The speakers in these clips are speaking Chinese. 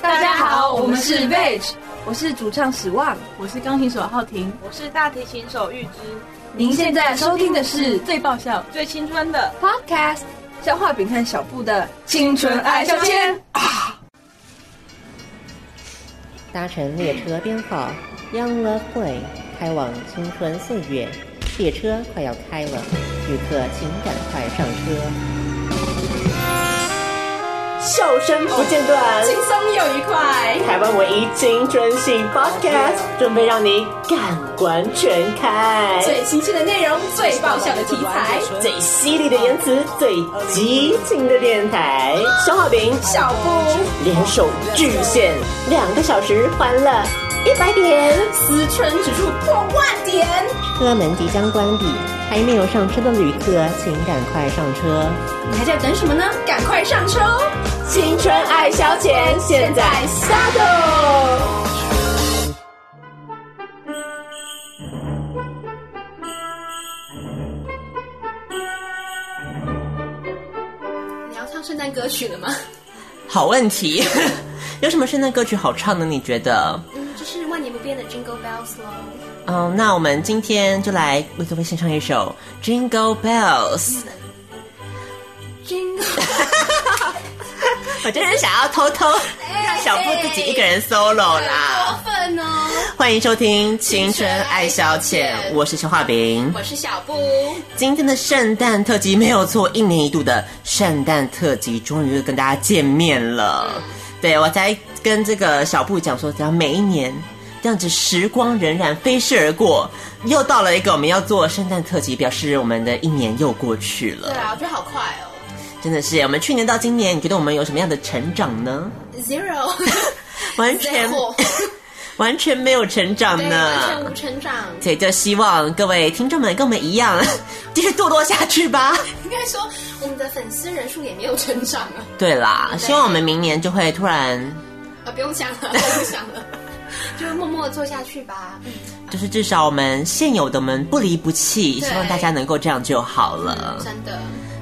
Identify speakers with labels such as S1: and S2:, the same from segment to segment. S1: 大家好，我们是 Veg，我是主唱史旺。
S2: 我是钢琴手浩婷，
S3: 我是大提琴手玉芝，
S1: 您现在收听的是
S2: 最爆笑。
S3: 最青春的
S1: Podcast 消化饼和小布的青春爱消遣。
S4: 搭乘列车编号 Young Love Plane 开往青春岁月，列车快要开了，旅客请赶快上车。
S5: 笑声不间断，
S1: 轻松又愉快，
S5: 台湾唯一青春性 podcast，准备让你感官全开，
S1: 最新鲜的内容，最爆笑的题材。
S5: 最犀利的言辞，最激情的电台，消化饼
S1: 小布
S5: 联手巨献两个小时，欢乐一百点。
S1: 思春指数破万点，
S4: 车门即将关闭，还没有上车的旅客请赶快上车。
S1: 你还在等什么呢？赶快上车哦！
S5: 青春爱消遣，现在哦 start。
S1: 你要唱圣诞歌曲了吗？
S6: 好问题， 有什么圣诞歌曲好唱呢？你觉得？
S1: 嗯，就是万年不变的 Jingle Bells 喽。
S6: 嗯，那我们今天就来为各位献上一首《Jingle Bells》。
S1: Jingle，
S6: 我真是想要偷偷让小布自己一个人 solo
S1: 过
S6: 啦。
S1: 分哦！
S6: 欢迎收听《青春爱消遣》，我是肖化饼。
S1: 我是小布，
S6: 今天的圣诞特辑没有错，一年一度的圣诞特辑终于又跟大家见面了。对我才跟这个小布讲说，只要每一年这样子，时光荏苒飞逝而过，又到了一个我们要做圣诞特辑，表示我们的一年又过去了。
S1: 对啊，我觉得好快哦
S6: 真的是，我们去年到今年，你觉得我们有什么样的成长呢？
S1: ，Zero，
S6: 完 全完全没有成长
S1: 对，
S6: 呢。
S1: 完全无成长。
S6: 所以就希望各位听众们跟我们一样， 继续堕落下去吧。
S1: 应该说，我们的粉丝人数也没有成长啊！
S6: 对啦，希望我们明年就会突然，
S1: 啊，不用想 了，不用想了，就默默地做下去吧。嗯
S6: 就是至少我们现有的我们不离不弃，
S1: 对
S6: 希望大家能够这样就好了。
S1: 真的，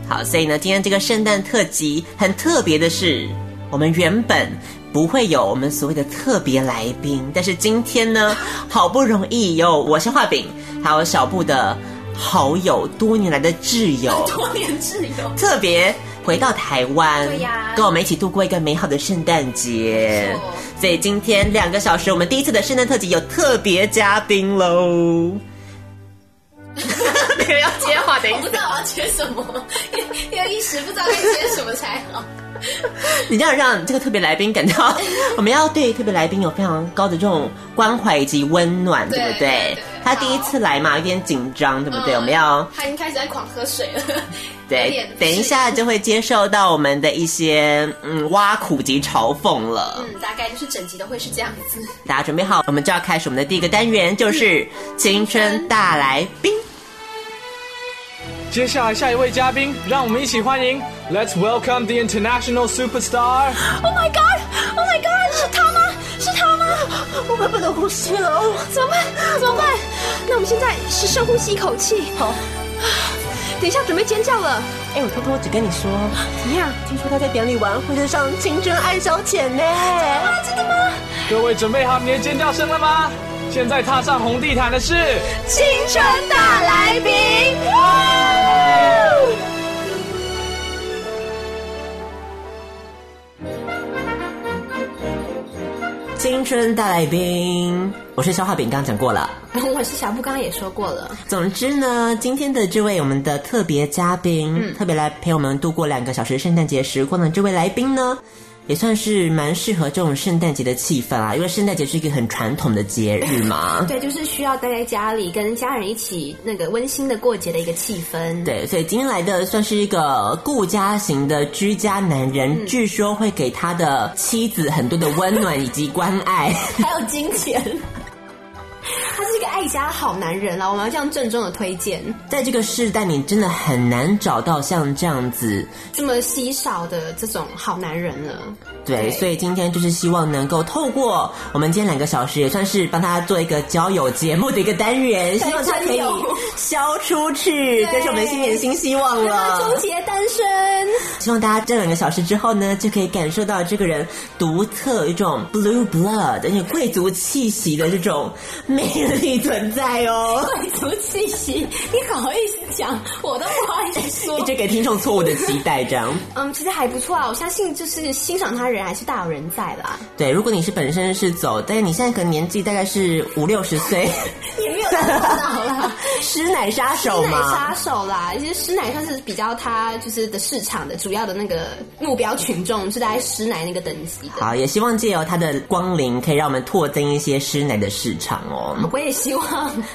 S6: 好，所以呢，今天这个圣诞特辑很特别的是，我们原本。不会有我们所谓的特别来宾，但是今 天呢，好不容易有我是画饼，还有小布的好友，多年来的挚友，
S1: 多年挚友，
S6: 特别回到台湾，
S1: 对呀
S6: 跟我们一起度过一个美好的圣诞节
S1: 没错。
S6: 所以今天两个小时，我们第一次的圣诞特辑有特别嘉宾喽。 没有要接话的意
S1: 我不
S6: 思
S1: 知，道我要接什么， 要一时不知道该接什么才好。
S6: 你这样让这个特别来宾感到，我们要对特别来宾有非常高的这种关怀以及温暖，
S1: 对
S6: 对
S1: 对
S6: 不对
S1: 对？
S6: 他第一次来嘛，有点紧张，对不对？
S1: 嗯
S6: 我们要
S1: 他已经开始在狂喝水了，有
S6: 对
S1: 点不，适
S6: 等一。下就会接受到我们的一些嗯挖苦及嘲讽了。
S1: 嗯，大概就是整集都会是这样子。
S6: 大家准备好，我们就要开始我们的第一个单元，就是青春大来宾。
S7: 接下来下一位嘉宾，让我们一起欢迎，Let's welcome the international superstar。
S8: Oh my god! Oh my god! 是他吗？是他吗？我们不能呼吸了，怎么办？怎么办？那我们现在是深呼吸一口气。好，等一下准备尖叫了。
S4: 哎，我偷偷只跟你说，
S8: 怎么样？
S4: 听说他在典礼完会是上《青春爱消遣》呢。
S8: 啊，真的吗？
S7: 各位准备好你的尖叫声了吗？现在踏上红地毯的是，
S8: 青春大来宾。
S6: 青春大来宾，我是消化饼，刚刚讲过了。
S1: 我是小布，刚刚也说过了，
S6: 总之呢，今天的这位我们的特别嘉宾，特别来陪我们度过两个小时圣诞节时光的这位来宾呢，也算是蛮适合这种圣诞节的气氛啊，因为圣诞节是一个很传统的节日 嘛。
S1: 对，就是需要待在家里跟家人一起那个温馨的过节的一个气氛。
S6: 对，所以今天来的算是一个顾家型的居家男人，据说会给他的妻 子很多的温暖以及关爱。
S1: 还有金钱，它是一个爱
S2: 家好男人啦，我们要这样郑重的推荐，
S6: 在这个世代，你真的很难找到像这样子
S2: 这么稀少的这种好男人了。
S6: 对，所以今天就是希望能够透过我们今天两个小时，也算是帮他做一个交友节目的一个单元，希望他可以
S2: 交友
S6: 消出去，这是我们新年的新希望
S2: 那么终
S6: 了。
S2: 结单身，
S6: 希望大家这两个小时之后呢，就可以感受到这个人独特有一种 blue blood，有点贵族气息的这种魅力存在哦。
S2: 贵族气息，你好意思讲，我都不好意思 说
S6: 一。直给听众错误的期待，这样。
S2: 嗯，其实还不错啊，我相信就是欣赏他人还是大有人在啦，
S6: 对，如果你是本身是走，但是你现在可能年纪大概是五六十岁，
S2: 也没有到老啦。
S6: 师奶杀手
S2: 师奶
S6: 嘛
S2: 杀。手啦，其实师奶算是比较他就是的市场的主要的那个目标群众是在师奶那个等级的。
S6: 好，也希望借由他的光临，可以让我们拓增一些师奶的市场哦。
S2: 我也希望，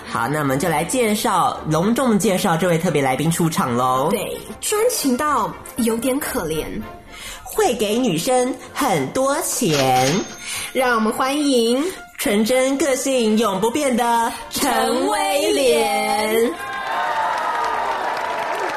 S6: 好，那我们就来介绍，隆重介绍这位特别来宾出场喽。，
S2: 对，专情到有点可怜，
S6: 会给女生很多钱，
S2: 让我们欢迎
S6: 纯真个性永不变的陈威廉。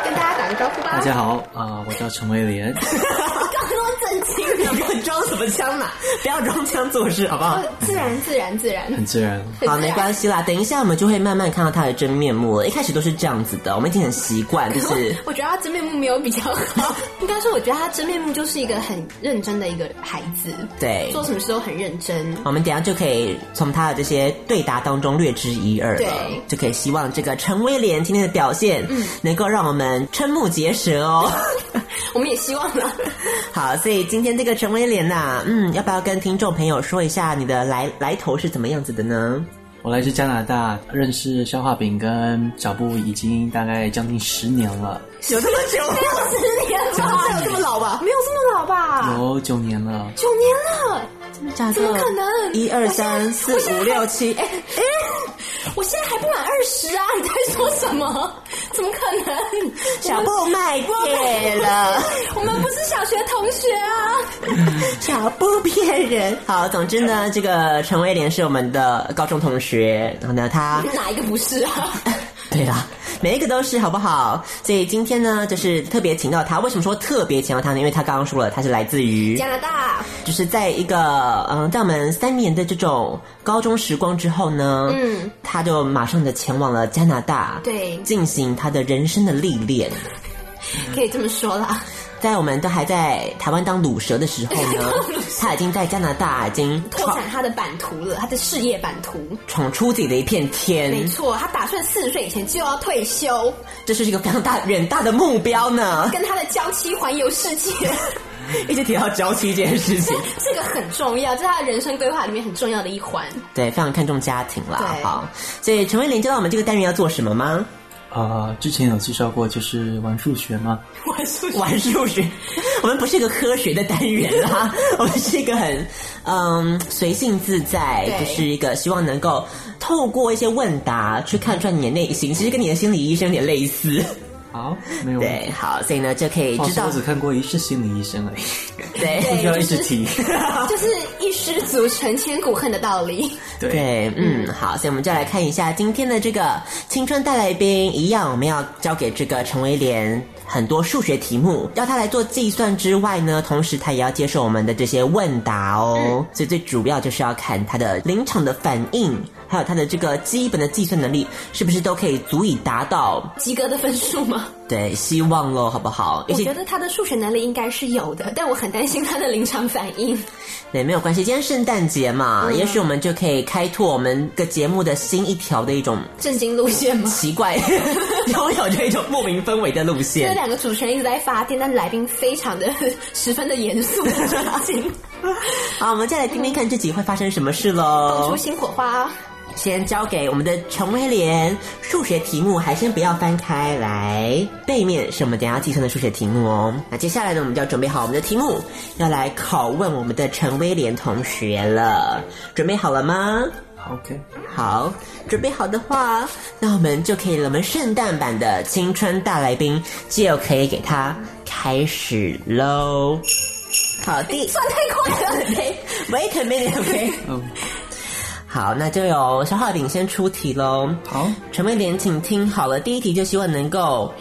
S2: 跟大家打个招呼吧。
S9: 大家好啊、呃我叫陈威廉。
S2: 刚刚正经，
S6: 你装什么腔呐、不要装腔作势，好不好？
S2: 哦自然自然自然。
S9: 很自然，
S6: 好，没关系啦，等一下我们就会慢慢看到他的真面目了。一开始都是这样子的，我们已经很习惯， 就是
S2: 我觉得他真面目没有比较好，应该说我觉得他真面目就是一个很认真的一个孩子，
S6: 对。
S2: 做什么事都很认真。
S6: 我们等一下就可以从他的这些对答当中略知一二了
S2: 对，嗯
S6: 就可以希望这个陈威廉今天的表现，能够让我们瞠目结舌 哦。
S2: 我们也希望啦。
S6: 好，所以今天这个陈威廉呐、嗯，要不要跟听众朋友说一下你的来来头是怎么样子的呢？
S9: 我来自加拿大，认识消化饼跟小布已经大概将近十年了，
S6: 有这么久吗？
S2: 十年吧，有这么老吧？没有这么老吧？
S9: 有九年了。
S2: 九年了，怎么可能？
S6: 一二三四
S2: 我现在
S6: 五六七，哎，
S2: 哎，我现在还不满二十啊！你在说什么？ 怎么可能？
S6: 小布卖给了。
S2: 我们不是小学同学啊！
S6: 小不骗人。好，总之呢，这个陈威廉是我们的高中同学，然后呢， 他
S2: 哪一个不是啊？
S6: 对啦，每一个都是，好不好？所以今天呢，就是特别请到他。为什么说特别请到他呢？因为他刚刚说了，他是来自于
S2: 加拿大，
S6: 就是在一个嗯，在我们三年的这种高中时光之后呢，
S2: 嗯，
S6: 他就马上的前往了加拿大，
S2: 对
S6: 进行他的人生的历练。
S2: 可以这么说啦。
S6: 在我们都还在台湾当卤蛇的时候 呢，他已经在加拿大已经
S2: 拓
S6: 创
S2: 展他的版图了，他的事业版图。
S6: 闯出自己的一片
S2: 没
S6: 天，
S2: 错，他打算四十岁以前就要退休，
S6: 这是一个非常大远大的目标 呢。
S2: 跟他的娇妻环游世界，
S6: 一直提到娇妻这件事情，
S2: 这个很重要，这是他的人生规划里面很重要的一环。
S6: 对，非常看重家庭啦。
S2: 对
S6: 好，所以陈慧琳知道我们这个单元要做什么吗？
S9: 啊、之前有介绍过，就是玩数学嘛。
S6: 玩数 学，我们不是一个科学的单元啦，我们是一个很嗯随性自在，
S2: 对
S6: 就是一个希望能够透过一些问答去看穿你的内心，其实跟你的心理医生有点类似。
S9: 好，
S2: 嗯
S9: 没有问
S6: 对
S9: 题。，
S6: 好，所以呢就可以
S9: 老
S6: 知
S9: 师，
S6: 道
S9: 我只看过一次心理医生而已，
S6: 对
S9: 不需要一直提。
S2: 就是一失足成千古恨的道理。
S6: 对，嗯，好，所以我们就来看一下今天的这个青春大来宾，一样我们要交给这个陈威廉很多数学题目，要他来做计算之外呢，同时他也要接受我们的这些问答
S2: 嗯
S6: 哦。所以最主要就是要看他的临场的反应，还有他的这个基本的计算能力是不是都可以足以达到
S2: 及格的分数吗？
S6: 对希望喽，好不好？
S2: 我
S6: 而且
S2: 觉得他的数学能力应该是有的，但我很担心他的临场反应。
S6: 对，没有关系，今天圣诞节嘛，
S2: 嗯
S6: 也许我们就可以开拓我们个节目的新一条的一种。
S2: 震惊路线吗？
S6: 奇怪， 拥有着一种莫名氛围的路
S2: 这
S6: 线。
S2: 两个主持人一直在发癫，但来宾非常的 十分的严肃的震惊，
S6: 好，我们再来听听看这集会发生什么事
S2: 放
S6: 喽
S2: 出。新火花。啊
S6: 先交给我们的陈威廉，数学题目还先不要翻开来，背面是我们等一下计算的数学题目哦。那接下来呢，我们就要准备好我们的题目，要来拷问我们的陈威廉同学了。准备好了吗？
S9: 好 OK，
S6: 好，准备好的话，那我们就可以了。我们圣诞版的青春大来宾就可以给他开始喽。好，第
S2: 算太快了，
S6: wait a minute，OK、
S9: 嗯，
S6: 好，那就由消化饼先出题喽。
S9: 好，
S6: 陈威廉，请听好了，第一题就希望能够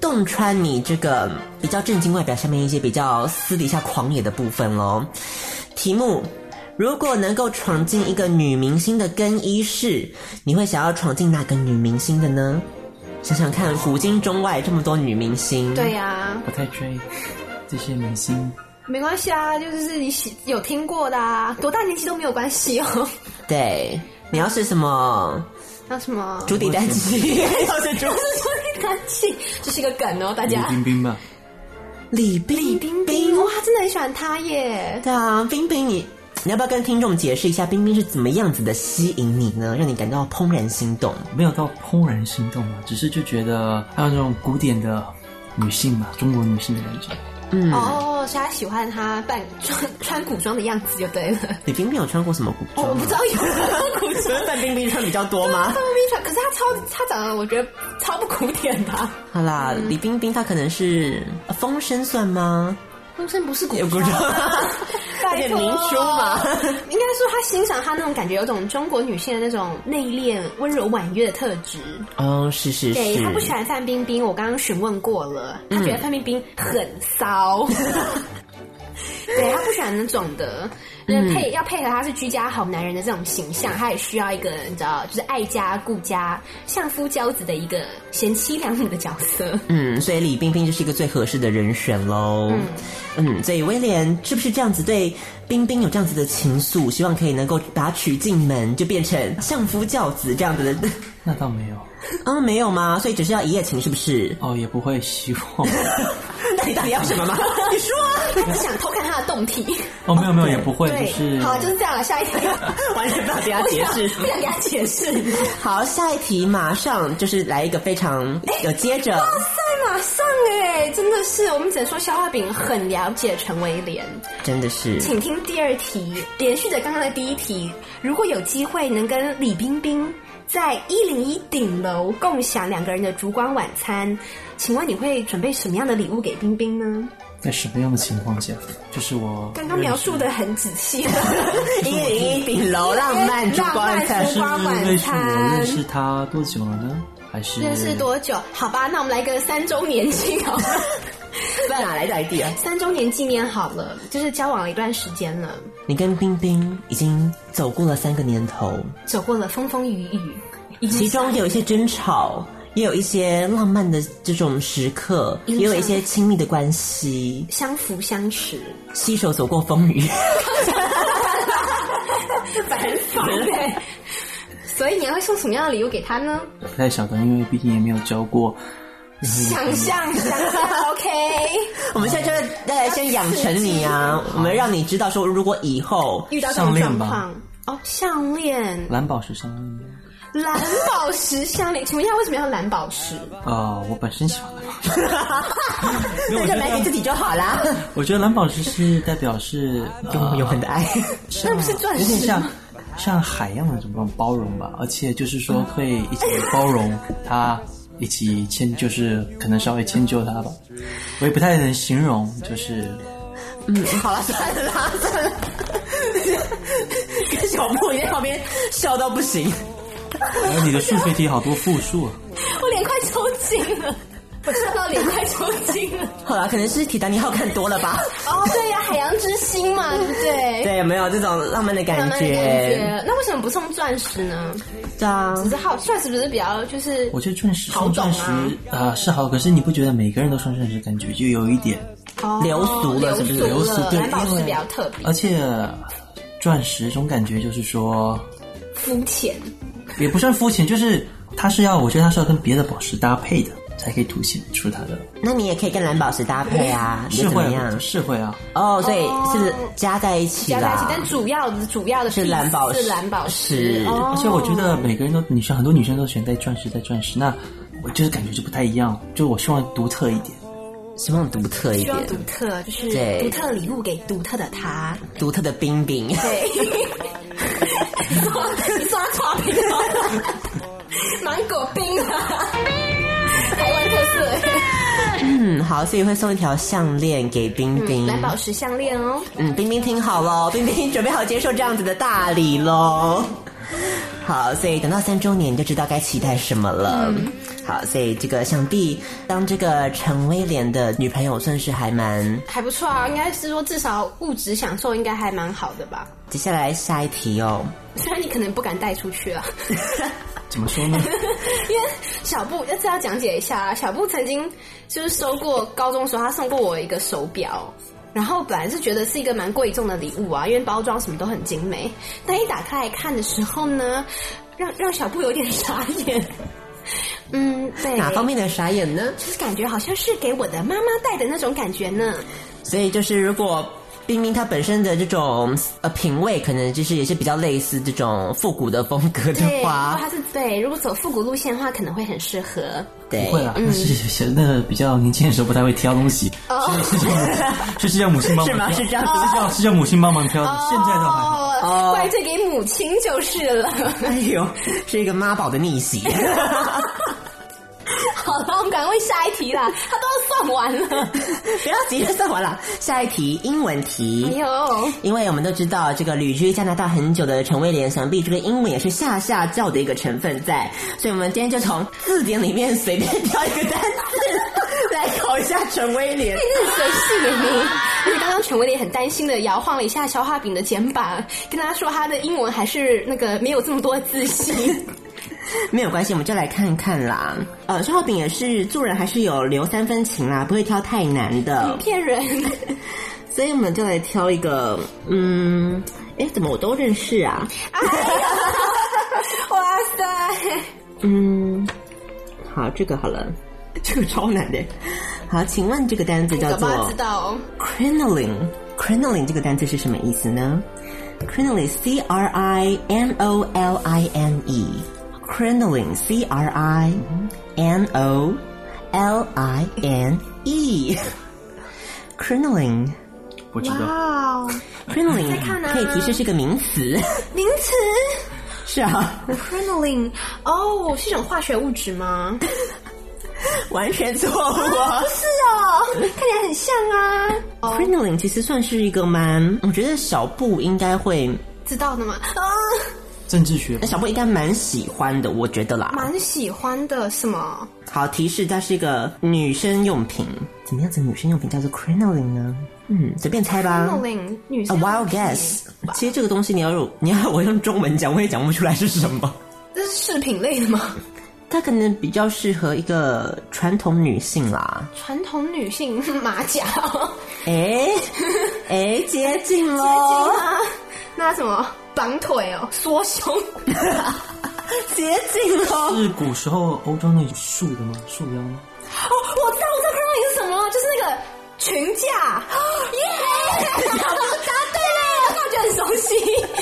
S6: 洞穿你这个比较震惊外表下面一些比较私底下狂野的部分喽。题目：如果能够闯进一个女明星的更衣室，你会想要闯进哪个女明星的呢？想想看，古今中外这么多女明星，
S2: 对呀、
S9: 我在追这些明星，
S2: 没关系啊，就是你喜有听过的啊，多大年纪都没有关系哦。
S6: 对，你要是什么
S2: 还有什 么？
S6: 朱迪丹奇，要是 朱
S2: 朱丹青，这是一个梗哦，大
S9: 李
S2: 家。
S9: 冰冰吧，
S6: 李冰
S2: 冰冰，哇，真的很喜欢他耶！
S6: 对啊，冰冰你。你要不要跟听众解释一下冰冰是怎么样子的吸引你呢？让你感到怦然心动？
S9: 没有到怦然心动啊，只是就觉得还有那种古典的女性嘛，中国女性的感觉。
S6: 嗯，
S2: 哦，是他喜欢他扮穿穿古装的样子就对了。
S6: 李冰冰有穿过什么古
S2: 哦，我
S6: 装
S2: 不
S6: 吗
S2: 知？道有 没有古装。
S6: 范冰冰穿比较多吗？
S2: 他们咪穿，可是他超他长得我觉得超不古典的啊。
S6: 好啦，李冰冰她可能是呃风声算吗？
S2: 风声不是古
S6: 也不知道，
S2: 拜
S6: 点
S2: 托
S6: 明珠嘛。
S2: 应该说他欣赏他那种感觉，有种中国女性的那种内敛、温柔、婉约的特质。
S6: 哦，是是
S2: 对
S6: 是，
S2: 他哎不喜欢范冰冰，我刚刚询问过了，他觉得范冰冰很 骚。对他不喜欢那种的，那
S6: 嗯
S2: 配、要配合他是居家好男人的这种形象，他也需要一个你知道，就是爱家顾家、相夫教子的一个贤妻良母的角色。
S6: 嗯，所以李冰冰就是一个最合适的人选喽。嗯所以威廉是不是这样子对冰冰有这样子的情愫，希望可以能够把她娶进门，就变成相夫教子这样子的？
S9: 那倒没有，
S6: 嗯，没有吗？所以只是要一夜情，是不是？
S9: 哦，也不会希望。
S6: 那你到底要什么吗？ 你说、
S2: 他只想偷看他的动 体。
S9: 哦，没有没有，也不会，就
S2: 对，
S9: 是
S2: 好，就是这样了。下一题，
S6: 完全不知道给他解释。
S2: 不想给他 解释。
S6: 好，下一题马上就是来一个非常有接着。
S2: 在马上哎，真的是，我们只能说消化饼很了解陈威廉。
S6: 真的是，
S2: 请听第二题，连续着刚刚的第一题。如果有机会能跟李冰冰在一零一顶楼共享两个人的烛光晚餐，请问你会准备什么样的礼物给冰冰呢？
S9: 在什么样的情况下，就是我
S2: 刚刚描述的很仔细哎了，
S6: 一 零一 顶楼浪漫烛光晚餐
S2: 浪漫烛光
S9: 认识
S2: 晚
S9: 是我认识
S2: 餐。
S9: 他多久了呢？还是
S2: 认识多久？好吧，那我们来个三周年庆好了，
S6: 哪啊来的 idea？
S2: 哎三周年纪念好了，就是交往了一段时间了，
S6: 你跟冰冰已经走过了三个年头，
S2: 走过了风风雨雨，已经
S6: 其中有一些争吵，也有一些浪漫的这种时刻，也有一些亲密的关系，
S2: 相扶相持，
S6: 携手走过风 雨。
S2: 烦死了。所以你还会送什么样的礼物给他呢？
S9: 不太晓得，因为毕竟也没有交过。
S2: 想象，想象，OK。
S6: 我们现在 就是呃，先养成你啊，我们让你知道说，如果以后
S2: 遇到这种状况，哦，项链，
S9: 蓝宝石上面，
S2: 蓝宝石项链，请问一下，为什么要蓝宝石？
S9: 呃，我本身喜欢蓝宝石，因
S6: 那
S9: 为
S6: 就
S9: 我觉
S6: 买给
S9: 得
S6: 自己就好啦，
S9: 我觉得蓝宝石是代表是
S6: 给我们永
S2: 啊
S6: 恒的爱。
S9: 那不是钻石，有点像像海一样的这种包容吧，而且就是
S2: 嗯
S9: 说会一起包容他，一起迁就是可能稍微迁就他吧，我也不太能形容，就是
S2: 嗯
S6: 好了，算了啦，算了。 跟小莫在旁边笑到不行，
S9: 还呃有你的数学题好多复数啊，
S2: 我脸快抽筋了，我笑到脸快抽筋了。
S6: 好了，可能是《铁达尼号》看多了吧。
S2: 哦，对呀、海洋之心嘛，对不对？
S6: 对，没有这种浪漫的感
S2: 慢慢哎的感
S6: 觉。
S2: 觉，那为什么不送钻石呢？
S6: 对啊，
S2: 只是好，钻石不是比较就是
S9: 我觉得钻石
S2: 好
S9: 送
S2: 懂啊
S9: 钻石啊是好，可是你不觉得每个人都送钻石，感觉就有一点，
S2: 哦
S6: 流俗了是不是
S2: 流俗
S9: 流
S2: 了
S9: 俗对
S2: 蓝宝
S9: 因
S2: 石
S9: 为呃
S2: 比较特别，
S9: 而且钻石总感觉就是说
S2: 肤浅。
S9: 也不算肤浅，就是它是要，我觉得它是要跟别的宝石搭配的，才可以凸显出它的。
S6: 那你也可以跟蓝宝石搭配啊，
S2: 哎
S6: 你
S9: 是
S6: 怎么
S9: 会啊
S6: 样？
S9: 是会啊，
S6: 哦，所以是加在一起
S2: 加在一起
S6: 啦，。
S2: 但主要的主要的
S6: 是蓝宝石
S2: 是蓝宝石
S6: 是。
S2: 哦
S9: 而且我觉得每个人都，女生很多女生都喜欢戴钻石，戴钻石，那我就是感觉就不太一样，就我希望独特一点。
S6: 希望独特一
S2: 希
S6: 点，
S2: 望独特，就是
S6: 对
S2: 独特礼物给独特的他。
S6: 独特的冰冰。
S2: 对， 你说他刨冰 吗？芒果冰 啊，台湾特 色，
S6: 嗯，好，所以会送一条项链给冰冰。
S2: 嗯蓝宝石项链哦。
S6: 嗯，冰冰听好喽，冰冰准备好接受这样子的大礼喽。好，所以等到三周年你就知道该期待什么了。好，所以这个想必当这个陈威廉的女朋友算是还蛮。
S2: 还不错啊，应该是说至少物质享受应该还蛮好的 吧。
S6: 接下来下一题哦，
S2: 虽然你可能不敢带出去 啊，
S9: 怎么说呢？
S2: 因为小布要这要讲解一下啊，小布曾经就是收过高中时候他送过我一个手表，然后本来是觉得是一个蛮贵重的礼物啊，因为包装什么都很精美，但一打开来看的时候呢，让让小布有点傻眼。 嗯，对，
S6: 哪方面的傻眼呢？
S2: 就是感觉好像是给我的妈妈戴的那种感觉呢。
S6: 所以就是如果冰冰她本身的这种呃品味，可能就是也是比较类似这种复古的风格的
S2: 对，如果
S6: 话
S2: 它，是对，如果走复古路线的话，可能会很适合。
S6: 对
S9: 不，会啦，
S6: 哎嗯
S9: 那是是那个比较年轻的时候不太会挑东西，是是 是是叫母亲帮忙
S6: 哦是吗
S9: 挑，
S6: 是这样
S9: 是叫是叫母亲帮忙挑的，现在倒还好。
S2: 哦，怪罪给母亲就是了。
S6: 哎呦，是一个妈宝的逆袭。
S2: 好了，我们赶快问下一题啦，他都要算完 了。
S6: 不要急着算完了，下一题英文题。
S2: 哎呦，
S6: 因为我们都知道，这个旅居加拿大很久的陈威廉，想必这个英文也是下下教的一个成分在，所以我们今天就从字典里面随便挑一个单词来考一下陈威廉。
S2: 真是随性的你。而且刚刚陈威廉很担心的摇晃了一下消化饼的肩膀，跟他说他的英文还是那个没有这么多自信。
S6: 没有关系，我们就来看看啦。呃，烧肉饼也是做人还是有留三分情啦，不会挑太难的，
S2: 骗人，
S6: 所以我们就来挑一个，嗯，哎，怎么我都认识啊？
S2: 哇塞！
S6: 嗯，好，这个好了，这个超难的。好，请问这个单词叫
S2: 搞不
S6: 做
S2: 好知道
S6: crinoline。crinoline 这个单词是什么意思呢？crinoline，c r i n o l i n e，crinoline，c r i n o l i n E e，crinoline。
S9: 不知道，
S2: 哦，
S6: crinoline
S2: 看啊
S6: 可以提示是个名词，
S2: 名词
S6: 是啊，
S2: crinoline 哦，是一种化学物质吗？
S6: 完全错误啊。
S2: 是哦，看起来很像啊。哦，
S6: crinoline 其实算是一个蛮，我觉得小布应该会，
S2: 知道的嘛，啊，
S9: 政治学
S6: 小布应该蛮喜欢的，我觉得啦。
S2: 蛮喜欢的，什么？
S6: 好，提示它是一个女生用品，怎么样子的女生用品叫做 crinoline 呢？嗯，随便猜吧。
S2: crinoline 女
S6: A
S2: 生
S6: wild
S2: 用品
S6: guess。其实这个东西你要用 你要我用中文讲，我也讲不出来是什么。
S2: 这是饰品类的吗？
S6: 它可能比较适合一个传统女性 啦。
S2: 传统女性马甲、哦
S6: 哎哎，接近喽，
S2: 啊， 那什么绑腿哦，缩胸，
S6: 接近喽。
S9: 是古时候欧洲那种束的吗？束腰吗？
S2: 哦，我知道我知道 crinoline 是什么了，就是那个裙架，哦耶！ 答对了，我感觉很熟 悉，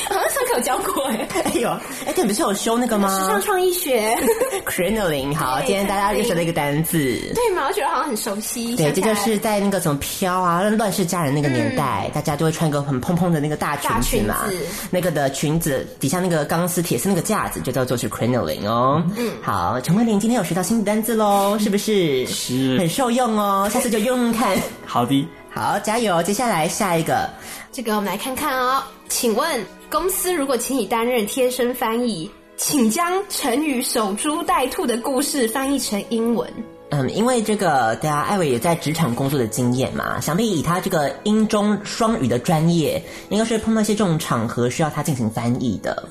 S2: 好像上课有教过哎。
S6: 哎呦，哎，你不 是有修那个
S2: 时尚
S6: 吗
S2: 创意 学，
S6: ？crinoline，好，
S2: 对
S6: 今天大家又
S2: crinoline
S6: 学了一个单字。
S2: 对嘛？我觉得好像很熟悉。
S6: 对，
S2: 想起
S6: 这
S2: 来嗯
S6: 就是在那个什么飘啊、乱世佳人那个年代，大家就会穿一个很蓬蓬的那个大裙子嘛
S2: 大裙子。
S6: 那个的裙子底下那个钢丝铁丝那个架子就叫做是 crinoline 哦。嗯，好，陈慧琳今天有学到新的单字
S2: 嗯
S6: 喽，是不是？
S9: 是
S6: 很受用哦，下次就用用看。
S9: 好的，
S6: 好，加油！接下来下一个，
S2: 这个，我们来看看哦。请问，公司如果请你担任贴身翻译，请将成语“守株待兔”的故事翻译成英文。
S6: 嗯，因为这个，对啊，艾伟也在职场工作的经验嘛，想必以他这个英中双语的专业，应该是碰到一些这种场合需要他进行翻译的。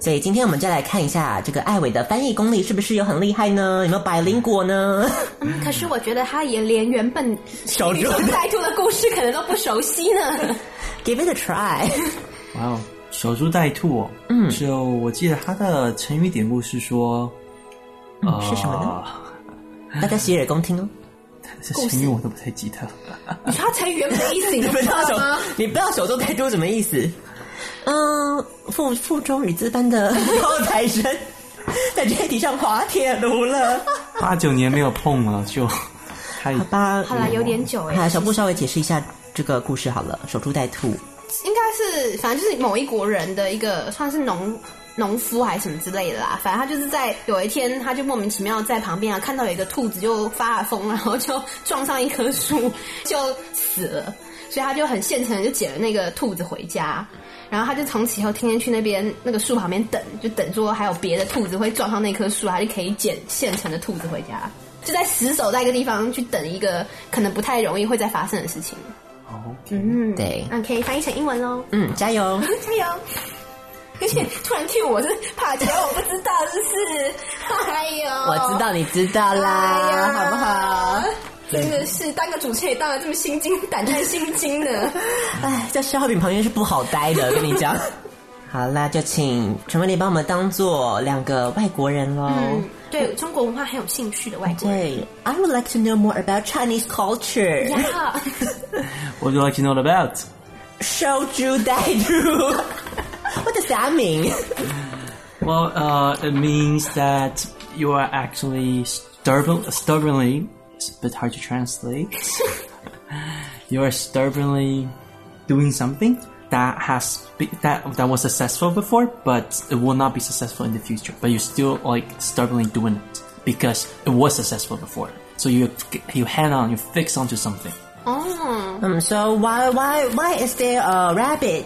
S6: 所以今天我们就来看一下这个艾伟的翻译功力是不是有很厉害呢？有没有百灵果 呢？
S2: 嗯，可是我觉得他也连原本
S6: 守
S2: “守株待兔”的故事可能都不熟悉呢。
S6: ，Give it a try。
S9: 哇哦，守株待兔哦。嗯，就我记得它的成语典故是说，呃，
S6: 嗯是什么呢大家洗耳恭听哦。
S9: 这成语我都不太记得了。
S2: 你说他成语原本的意思，你都不知 道吗？
S6: 你不要守株待兔什么意思？嗯，腹腹中与字般的 高材生，在这一题上滑铁卢了。
S9: 八九年没有碰了，就 太
S6: 好吧，
S2: 好啦，有点久哎、
S6: 好，小布稍微解释一下这个故事好了，守株待兔。
S2: 应该是反正就是某一国人的一个算是农农夫还是什么之类的啦，反正他就是在有一天，他就莫名其妙在旁边啊看到有一个兔子就发了疯，然后就撞上一棵树就死了。所以他就很现成地就捡了那个兔子回家。然后他就从此以后天天去那边那个树旁边等，就等说还有别的兔子会撞上那棵树，他就可以捡现成的兔子回家，就在死守在一个地方去等一个可能不太容易会再发生的事情。嗯，
S6: 对，
S2: 那可以翻译成英文喽。
S6: 嗯，加油！
S2: 加油！ 而且突然 Q 我是怕球，我不知道是 不是？哎呦，
S6: 我知道你知道
S2: 哎
S6: 啦，好不好？
S2: 啊好？真的是当个主持人当的这么心惊胆战心惊的，
S6: 哎，在消耗品旁边是不好待的，跟你讲。 好啦，就请陈文丽把我们当做两个外国人喽。
S2: 嗯，对中国文化很有兴趣的外国人。
S6: 对，I would like to know more about Chinese culture.
S2: 呀，
S9: What do you like to know about?
S6: Show you that you. What does that mean?
S9: Well, uh, it means that you are actually stubborn, stubbornly. It's a bit hard to translate. you are stubbornly doing something that has be, that that was successful before, but it will not be successful in the future. But you're still like stubbornly doing it because it was successful before. So you you hang on, you fix onto something.
S2: 哦，
S6: Um, so why why why is there a rabbit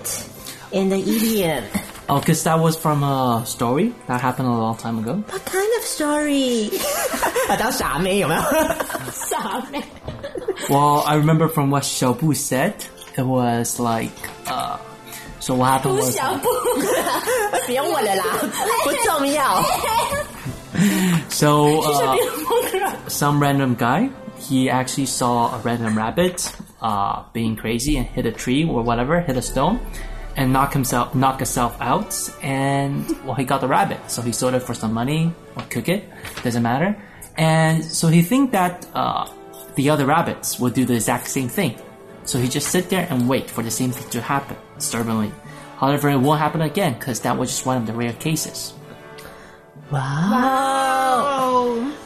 S6: in the idiom?
S9: Oh, because that was from a story that happened a long time ago.
S6: What kind of story? 啊，当傻妹有没有？
S2: 傻妹，
S9: Well, I remember from what Xiaobu said, it was like, uh, so what happened
S2: 不
S9: was,
S2: 小不，
S6: 不用问了 啦，不重要。
S9: so, uh, some random guy, he actually saw a random rabbit, uh, being crazy and hit a tree or whatever, hit a stone, and knock himself, knock himself out, and, well, he got the rabbit, so he sold it for some money, or cook it, doesn't matter, and so he think that, uh, the other rabbits will do the exact same thing. So he just sit there and wait for the same thing to happen, stubbornly. However, it won't happen again because that was just one of the rare cases.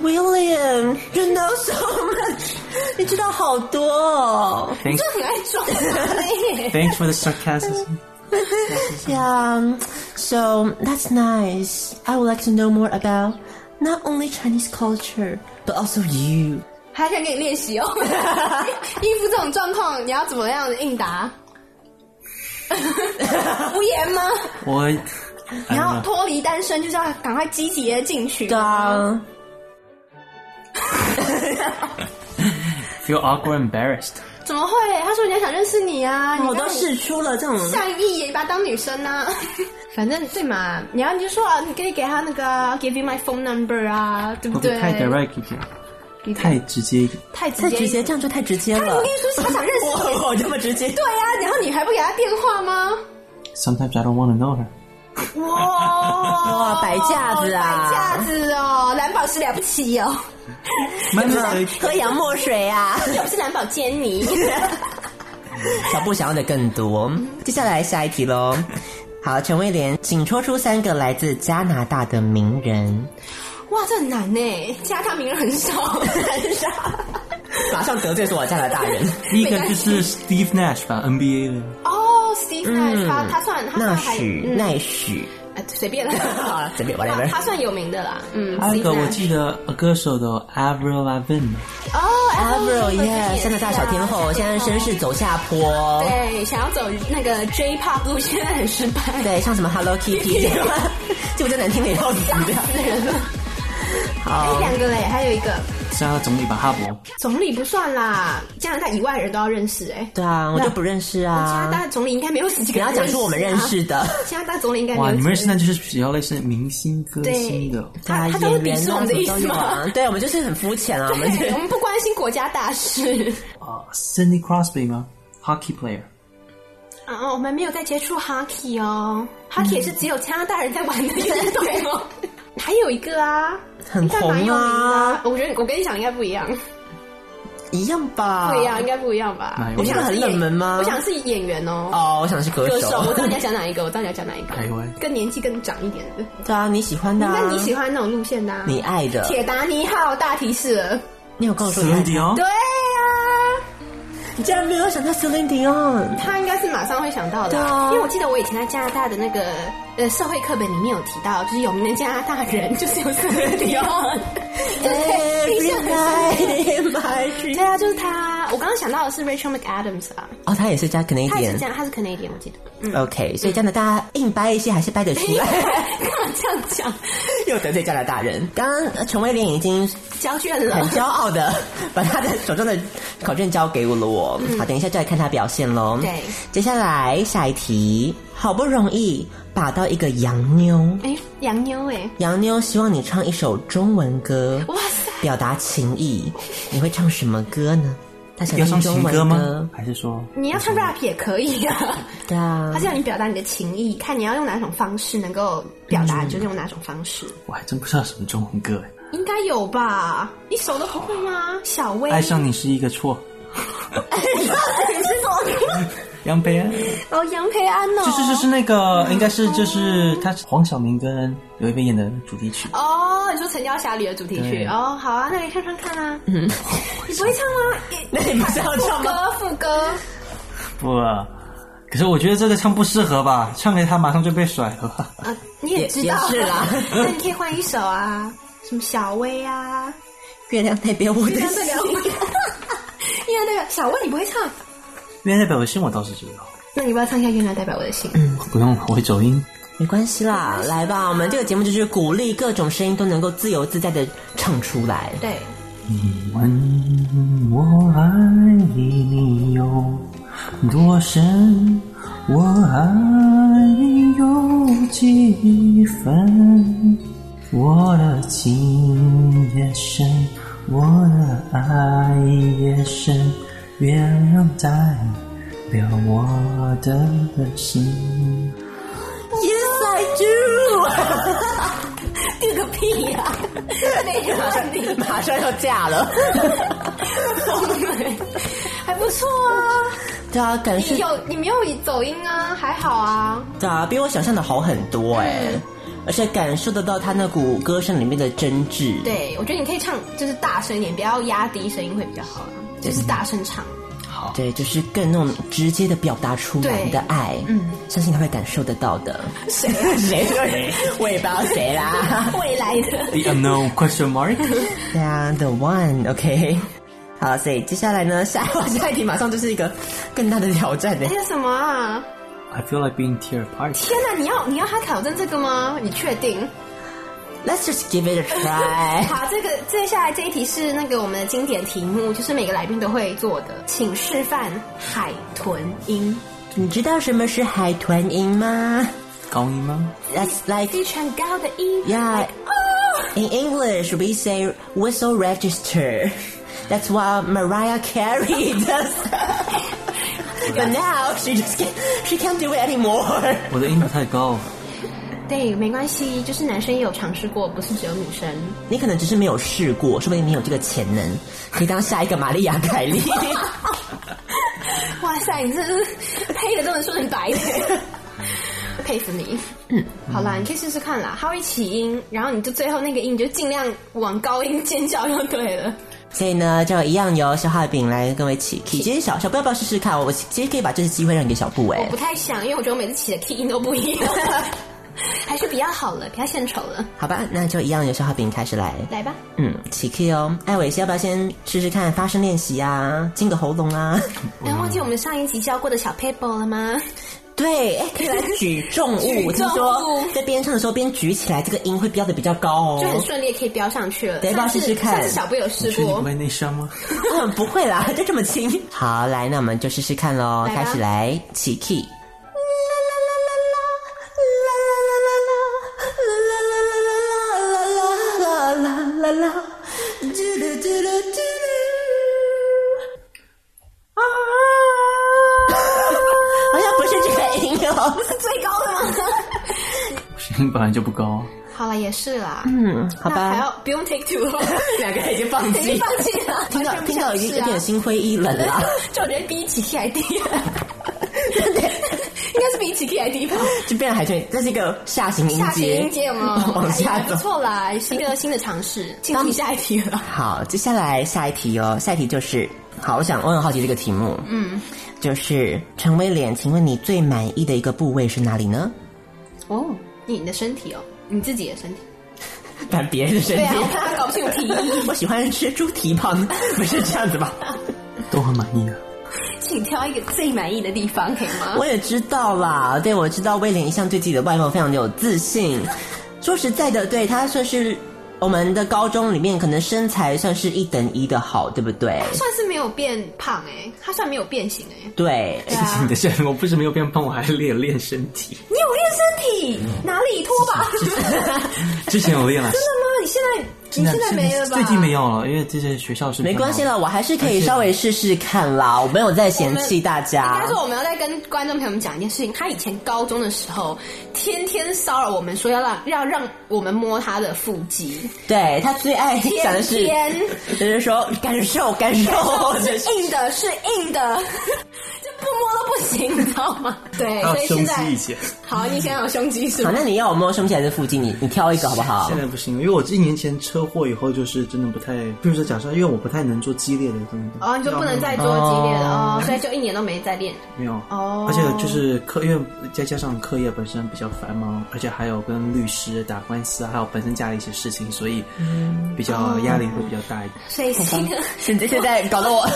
S6: William, you know so much，你知道好多哦。
S9: Thanks,
S2: 很爱装傻妹。
S9: thanks for the sarcasm.
S6: Yeah, so that's nice. I would like to know more about not only Chinese culture but also you.
S2: 还想给你练习哦。 应付这种状况，你要怎么样的应答？ 无言吗？
S9: What?
S2: 你
S9: 哎
S2: 要脱离单身，就是要赶快积极的进取。
S6: 对啊，
S9: Feel awkward, embarrassed.
S2: 怎么会？他说人家想认识你啊，你
S6: 我
S2: 刚
S6: 都
S2: 刚
S6: 试出了这种。
S2: 善意也把他当女生呐、反正对嘛，你要你就说啊，你可以给他那个啊 give you my phone number 啊，对不对？太直
S6: 太
S2: 接
S6: 直
S2: 一
S6: 接，
S2: 点。
S6: 这样就太直接
S2: 我
S6: 了
S2: 跟。你说，他想认识你。
S6: 我我这么直接，
S2: 对呀、然后你还不给他电话吗？
S9: Sometimes I don't want to know her.
S2: 哇
S6: 哇摆架子啊
S2: 摆架子哦，蓝宝石了不起哦，
S9: My mistake.
S6: 喝洋墨水啊！
S2: 又不是蓝宝坚尼。
S6: 小布想要的更多。接下来下一题喽。好，陈威廉，请抽出三个来自加拿大的名人。
S2: 哇，这很难呢，加拿大名人很少，很少。
S6: 马上得罪所有加拿大人。
S9: 第一个就是 Steve Nash 吧，NBA 的。
S2: 哦，Steve Nash，、他他算 他
S6: 那
S2: 算还
S6: 许
S2: 嗯
S6: 奈许，
S2: 哎随便
S6: 啊
S2: 啦，
S6: 随便
S2: 他
S6: whatever
S2: 他算有名的啦，嗯。Steve Nash
S9: 还有一个我记得歌手的 Avril Lavigne。
S2: 哦
S6: Avril
S2: 也
S6: 耶，加拿大小天 后，现在身世走下坡。
S2: 对，想要走那个 J pop 路线很失 败，
S6: 对，像什么 Hello Kitty，这我 就难听的要死 的。
S2: 死人了。好，两个嘞，还有一个
S9: 加拿大总理吧，哈勃。
S2: 总理不算啦，加拿大以外的人都要认识哎、
S6: 对啊，我就不认识
S2: 加拿
S6: 啊。
S2: 大总理应该没有十
S6: 你
S2: 几个人、
S6: 要讲出我们认。识的，
S2: 啊加拿大总理应该没有
S9: 哇，
S2: 几个
S9: 你们
S2: 人
S9: 现在就是比较类似明星歌星的，
S2: 他他都会鄙视我们的意思
S6: 啊演员啊什么都
S2: 吗
S6: 有啊？对，我们就是很肤浅啊，我们
S2: 对，我们不关心国家大事。
S9: 啊 c i n d y Crosby 吗？Hockey player。
S2: 啊，我们没有在接触 hockey 哦，hockey 也是只有加拿大人在玩的运动哦。还有一个啊，
S6: 很
S2: 应该蛮
S6: 红
S2: 有名的
S6: 啊
S2: 啊。，我觉得我跟你讲应该不一样，
S6: 一样吧？
S2: 不一样，应该不一样吧
S9: 哪一？位
S6: 我想很冷门吗？
S2: 啊我想是演员哦，
S6: 啊哦，我想是歌
S2: 歌
S6: 手。
S2: 手。我知道你要讲哪一个，我知道你要讲哪一个
S9: 哪一位，
S2: 更年纪更长一点的。
S6: 对啊，你喜欢的、啊，
S2: 那你喜欢那种路线的啊？
S6: 你爱的，
S2: 铁达尼号大提示了，
S6: 你有跟我说
S9: c e
S6: 你爱
S9: l i n
S6: 的，
S9: Dion
S2: 对啊。
S6: 你竟然没有想到 Celine Dion。
S2: 他应该是马上会想到的，
S6: 对啊
S2: 因为我记得我以前在加拿大的那个呃社会课本里面有提到，就是有名的加拿大人就是有斯蒂奥，对，印象很深刻。
S6: Everybody in my dream
S2: 对啊，就是他，我刚刚想到的是 Rachel McAdams 啊，
S6: 哦，他也是加
S2: 他也
S6: Canadian
S2: 是这。样，他是 Canadian，我记得。 嗯，
S6: OK，所以加拿大硬掰一些还是掰得出 来，
S2: 干嘛这样讲？
S6: 又得罪加拿大人。刚刚呃陈威廉已经
S2: 交卷
S6: 很
S2: 了。
S6: 骄傲的 把他的手中的考卷交给我了我。好，等一下就来看他表现喽。
S2: 嗯对，
S6: 接下来下一题，好不容易把到一个洋妞，
S2: 哎，洋妞哎，
S6: 洋妞希望你唱一首中文歌，
S2: 哇塞，
S6: 表达情意，你会唱什么歌呢？他想
S9: 要
S6: 听
S9: 唱
S6: 中
S9: 情
S6: 文
S9: 歌吗？？还是说
S2: 你要唱 rap 也可以啊。
S6: 对啊
S2: 他，是要你表达你的情意，看你要用哪种方式能够表达，就是用哪种方式。
S9: 我还真不知道什么中文歌哎？
S2: 应该有吧？你手都不会吗？小薇，
S9: 爱上你是一个错，
S2: 哦你是什么歌？
S9: 杨培安，
S2: 哦，杨培安哦，
S9: 就是就是那个，应该是就是他是黄晓明跟刘亦菲演的主题曲。
S2: 哦，你说《神雕侠侣》的主题曲
S9: 对
S2: 哦，好啊，那你唱唱看啊。嗯，你不会唱吗？那你不是要唱吗？副歌，副歌，
S9: 不，可是我觉得这个唱不适合吧，唱给他马上就被甩了 吧。
S2: 呃，你也知道
S6: 也也是啦
S2: 那你可以换一首啊，什么小薇啊，
S6: 月亮代表我
S2: 月
S6: 的
S2: 亮代表我， 月亮代表小薇，你不会唱，
S9: 原来代表的心我倒是知道，
S2: 那你要不要唱一下《月亮代表我的心》？
S9: 不用，我会走音。
S6: 没关系啦，来吧，我们这个节目就是鼓励各种声音都能够自由自在的唱出来。
S2: 对，
S9: 问我爱你有多深？我爱你有几分？我的情也深，我的爱也深，月亮代表我的心。
S2: 对个屁呀、啊！那句话你
S6: 马上要嫁了，
S2: 还不错啊，
S6: 对啊，感觉
S2: 你
S6: 是，
S2: 有你没有走音啊，还好啊。
S6: 对啊，比我想象的好很多哎、而且感受得到他那股歌声里面的真挚。，
S2: 对，我觉得你可以唱，就是大声一点，不要压低声音会比较好啊，就是大声唱。
S6: 对，就是更那种直接的表达出来
S2: 对
S6: 你的爱，嗯，相信他会感受得到的。
S2: 谁？
S6: 谁对？我也不知道谁啦。
S2: 未来的
S9: The unknown question mark？
S6: 对啊，The One，OK、好，所以接下来呢，下 下一题马上就是一个更大的挑战呢
S2: 那。个什么啊？
S9: I feel like being tear apart.
S2: 天哪，你要你要他考证这个吗？你确定？
S6: Let's just give it a try。
S2: 好，这个接下来这一题是那个我们的经典题目，就是每个来宾都会做的，请示范海豚音。
S6: 你知道什么是海豚音吗
S9: 高音吗？
S6: ？That's like
S2: 非常高的音
S6: yeah. In English, we say whistle register. That's what Mariah Carey does. But now she just can't, she can't do it anymore.
S9: 我的音不太高。
S2: 对，没关系，就是男生也有尝试过，不是只有女生。
S6: 你可能只是没有试过，说不定你有这个潜能，可以当下一个玛丽亚凯莉。
S2: 哇塞，你这是配的都能说成白的，
S6: 嗯
S2: 佩服你。嗯，好啦，你可以试试看啦，它会起音，然后你就最后那个音你就尽量往高音尖叫就对了。
S6: 所以呢，就一样由小画饼来跟我一起 key。今天小小布要不要试试看？我其实可以把这次机会让给小布哎、
S2: 我不太想，因为我觉得我每次起的 key 音都不一样， 还是比较好了，比较献丑了。
S6: 好吧，那就一样由小画饼开始来。
S2: 来吧，
S6: 嗯，起 key 哦。艾伟，要不要先试试看发声练习啊？清个喉咙啊？
S2: 然后忘记我们上一集教过的小 paper 了吗？
S6: 对，哎，可以来举重物。
S2: 举重
S6: 听说
S2: 物
S6: 在边唱的时候边举起来，这个音会飙的比较高哦。
S2: 就很顺利也可以飙上去了。
S6: 对要不要
S2: 上次
S6: 试试看
S2: 上次小布有
S9: 你
S2: 试
S9: 确定
S2: 过
S9: 不，会内伤吗？
S6: 嗯，不会啦，就这么轻。好，来，那我们就试试看喽。
S2: 来吧
S6: 开始来起 key。好像不是这个音哦，
S2: 最高的吗？
S9: 声音本来就不高。
S2: 好了，也是啦。
S6: 嗯，好
S2: 那还
S6: 吧，
S2: 要不用 take two，
S6: 两个人已经放
S2: 已经 放弃了，
S6: 听到
S2: 完全不
S6: 听到
S2: 想
S6: 已经
S2: 试
S6: 有
S2: 啊
S6: 点心灰意冷了。
S2: 就我觉得比起 K I D，对， 应该是比起 K I D 吧。
S6: 就变成海豚，这是一个下行音阶，
S2: 下行音阶有没有？
S6: 往下
S2: 还不
S6: 走。
S2: 错啦，是一个新的尝试。哦进行下一题了。
S6: 好，接下来下一题哦，下一题就是，好，我想我很好奇这个题目，嗯，就是陈威廉，请问你最满意的一个部位是哪里呢？
S2: 哦，你的身体哦，你自己的身体。
S6: 但别人的身
S2: 对啊
S6: 体
S2: 啊，，我怕他搞不清楚题 意。
S6: 我喜欢吃猪蹄膀，不是这样子吧？
S9: 都很满意啊。
S2: 请挑一个最满意的地方，可以 吗？
S6: 我也知道啦，对我知道威廉一向对自己的外貌非常的有自信。说实在的，对他算是我们的高中里面可能身材算是一等一的好，对不对？
S2: 算是没有变胖哎、他算没有变形哎、
S6: 对，
S2: 对啊
S9: 你，的下我不是没有变胖，我还练练身体。
S2: 你有练身体，哪里拖 把？
S9: 之前有练了，啊
S2: 真的吗？你现在 你现在没了吧？
S9: 最近没有了，因为这些学校是
S6: 没关系。了，我还是可以稍微试试看啦，我没有在嫌弃大
S2: 应
S6: 家
S2: 该。说我们要再跟观众朋友们讲一件事情，他以前高中的时候，天天骚扰我们说要让要让我们摸他的腹 肌，
S6: 对他最爱
S2: 天
S6: 讲的是，
S2: 天 哦
S6: 就是说感受感受，
S2: 是 硬的，是硬的，就 不摸都不行，你知道吗？ 对，所以现在好，你现在有胸肌是
S6: 好，
S2: 吗？
S6: 那你要我摸胸肌还是腹肌？你你挑一个好不好
S9: 现？在不行，因为我一年前车祸以后，就是真的不太，比如说假设，因为我不太能做激烈的东西，
S2: 哦，你就不能再做激烈了哦，所以就一年都没再练。
S9: 没有，
S2: 哦
S9: 而且就是课，因为再加上课业本身比较繁忙，而且还有跟律师打官司，还有本身家里一些事情，所以
S2: 嗯
S9: 比
S2: 哦
S9: 较压力会比较大一点。
S2: 所以新的
S6: 现在现 在搞得我，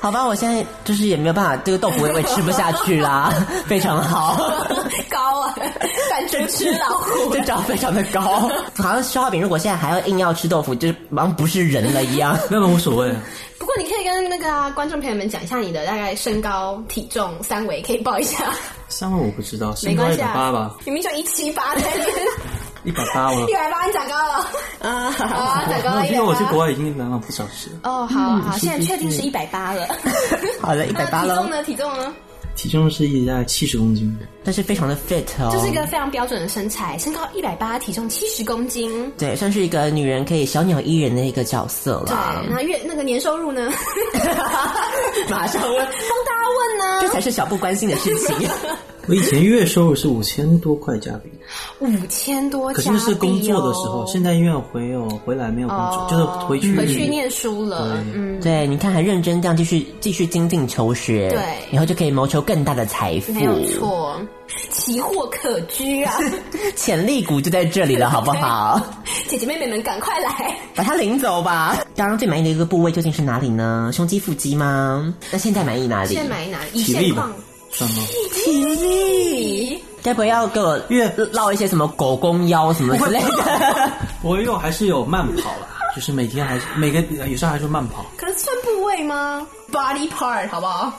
S6: 好吧，我现在就是也没有办法，这个豆腐我也吃不下去 啦，非常好。
S2: 高啊， 反正吃老虎。
S6: 这招非常的高，好像消化饼如果现在还要硬要吃豆腐，就是好像不是人了一 样。
S9: 那么无所谓，
S2: 不过你可以跟那个、啊、观众朋友们讲一下你的大概身高、体重、三围，可以报一下，
S9: 三围我不知道，
S2: 没
S9: 身高
S2: 关
S9: 一
S2: 系
S9: 百
S2: 啊。
S9: 八吧，
S2: 明明就一七八在那边，
S9: 一百八我
S2: 一。百八你长高了啊，好啊，长高了一
S9: 因
S2: 百
S9: 为我去
S2: 八
S9: 国。外已嗯经拿了不少吃，
S2: 哦，好好，现在确定是一百八了。
S6: 好的，一百八
S2: 那体
S6: 喽
S2: 重，呢？体重呢？
S9: 体重是一大概七十公斤，
S6: 但是非常的 fit 哦，
S2: 就是一个非常标准的身材，身高一百八，体重七十公斤。
S6: 对，算是一个女人可以小鸟依人的一个角色
S2: 对，
S6: 啦。
S2: 那月那个年收入呢？ 马上问，帮大家问呢、
S6: 这才是小布关心的事情。
S9: 我以前月收入是五千多块加币，
S2: 五千多、哦
S9: 可是那是工作的时候，现在因为我回我回来没有工作，就是哦回去
S2: 回哦去念书了，嗯，
S6: 对，你看还认真这样继续继续精进求学，
S2: 对
S6: 以后就可以谋求更大的财富，
S2: 没有错，奇货可居 啊！
S6: 潜力股就在这里了，好不 好？
S2: 姐姐妹妹们，赶快来！
S6: 把它领走吧。刚刚最满意的一个部位究竟是哪里呢？胸肌、腹肌吗？那现在满意哪里？
S2: 现在买哪？以
S9: 体
S2: 现
S9: 力吧
S2: 况，
S9: 算吗？
S6: 体力。该不会要给我
S9: 因为
S6: 唠一些什么狗公腰什么之类 的？
S9: 我又还是有慢跑了，就是每天还是每个有时候还是慢跑，
S2: 可是算部位吗？Body part 好不好？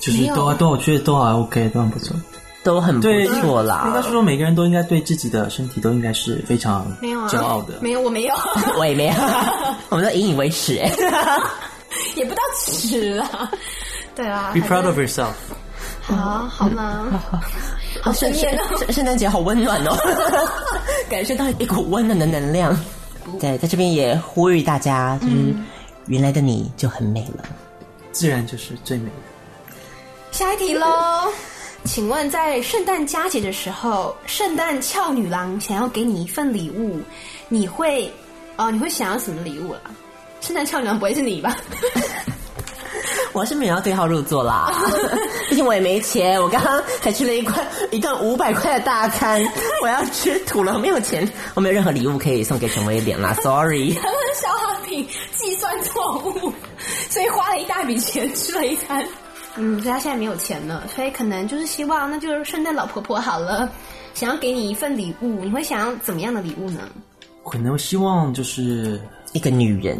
S9: 就是都都我觉得都还 OK，都很啊不错。
S6: 都很不
S9: 对，
S6: 错
S9: 应该
S6: 啦
S9: 是。说每个人都应该对自己的身体都应该是非常
S2: 没有啊，
S9: 骄傲的。
S2: 没有，我没有，
S6: 我也没 有，我们都引以为耻、哎
S2: 也不到尺啊。 对啊
S9: Be proud of yourself。
S2: 好，好吗？好
S6: 圣
S2: 顺
S6: 圣
S2: 眼哦。
S6: 圣圣诞节好温暖哦， 感受到一股温暖的能量。对，在这边也呼吁大家，就是原来的你就很美了。
S9: 自然就是最美的。
S2: 下一题喽，请问在圣诞佳节的时候，圣诞俏女郎想要给你一份礼物，你会哦，你会想要什么礼物啦？圣诞俏女郎不会是你吧？
S6: 我是没有要对号入座啦， 毕竟我也没钱，我刚刚才吃了一块一顿五百块的大 餐，我要吃土了，没有钱，我没有任何礼物可以送给陈威廉 啦，sorry。
S2: 他们消耗品计算错误，所以花了一大笔钱吃了一餐。嗯，所以他现在没有钱了，所以可能就是希望那就是圣诞老婆婆好了。想要给你一份礼物，你会想要怎么样的礼物呢？
S9: 可能希望就是，
S6: 一个女 人，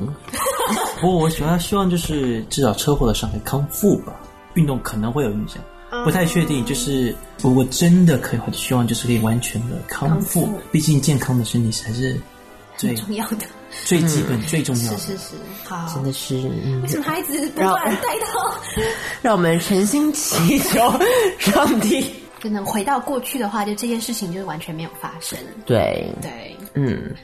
S9: 不过我喜欢希望就是至少车祸的伤害康复吧，运动可能会有影响。
S2: 嗯
S9: 不太确定，就是如果真的可以，我希望就是可以完全的康复。毕竟健康的身体才是最
S2: 重要的
S9: 最基本、最重要的。
S2: 嗯是是，好
S6: 真。的是，嗯
S2: 为什么他一直不断带到？
S6: 让我们诚心祈求上帝。
S2: 就能回到过去的话，就这件事情就是完全没有发生。
S6: 对，
S2: 对，
S6: 嗯，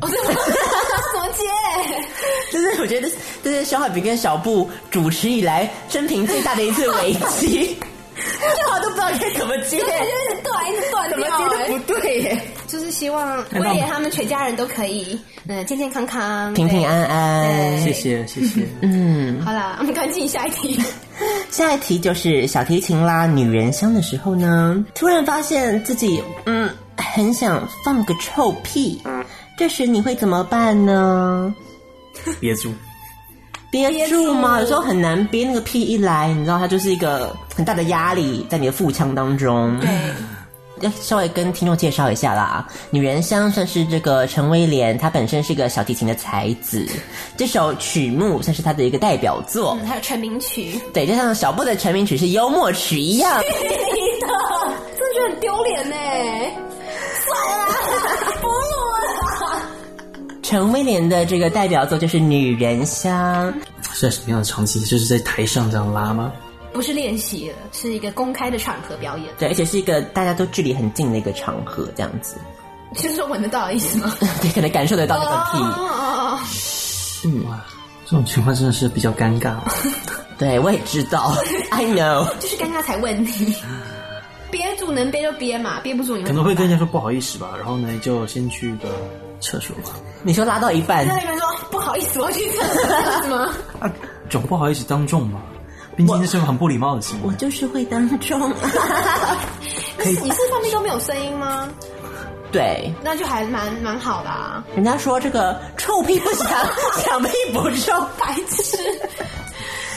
S2: 哦，对，怎么接？
S6: 就是我觉得这是小海饼跟小布主持以来生平最大的一次危 机，这话都不知道该怎么接，
S2: 一直断，一直断
S6: 怎么
S2: 掉、
S6: 接
S2: 哎
S6: 都不对耶。
S2: 就是希望威廉他们全家人都可以，嗯，健健康康，
S6: 平平安
S2: 对
S6: 安。嗯
S9: 谢谢，谢谢。
S2: 嗯对。好啦，我们赶紧下一题。
S6: 下一题就是小提琴拉女人香的时候呢，突然发现自己嗯很想放个臭屁，这时你会怎么办呢？
S9: 憋住，
S6: 憋住吗？有时候很难憋，那个屁一来，你知道，它就是一个很大的压力在你的腹腔当中。对。要稍微跟听众介绍一下啦，《女人香》算是这个陈威廉，他本身是个小提琴的才子，这首曲目算是他的一个代表作。
S2: 嗯， 还有成名曲，
S6: 对，就像小布的成名曲是幽默曲一 样，
S2: 你的，哎真的觉得很丢脸呢。算了， 不录了。
S6: 陈威廉的这个代表作就是《女人香》。
S9: 是在什么样的场景？就是在台上这样拉吗？
S2: 不是练习了，是一个公开的场合表演，
S6: 对，而且是一个大家都距离很近的一个场合，这样子，
S2: 就是说闻得到的意思吗？
S6: 对，可能感受得到那个屁。
S2: 哦，
S9: 嗯哇，这种情况真的是比较 尴尬。
S6: 对，我也知 道，I know。
S2: 就是尴尬才问 你，憋住能憋就憋嘛，憋不住你
S9: 可能会跟人家说不好意思吧，然后呢就先去个厕所吧。
S6: 你说拉到一半，
S2: 那你们说不好意思，我要去厕 所是吗？
S9: 啊，总不好意思当众嘛，毕竟这是很不礼貌的行为。
S6: 就是会当众。
S2: 你你是放屁都没有声音吗？
S6: 对，
S2: 那就还蛮蛮好的 啊，
S6: 人家说这个臭屁不响，响屁不臭。
S2: 白痴。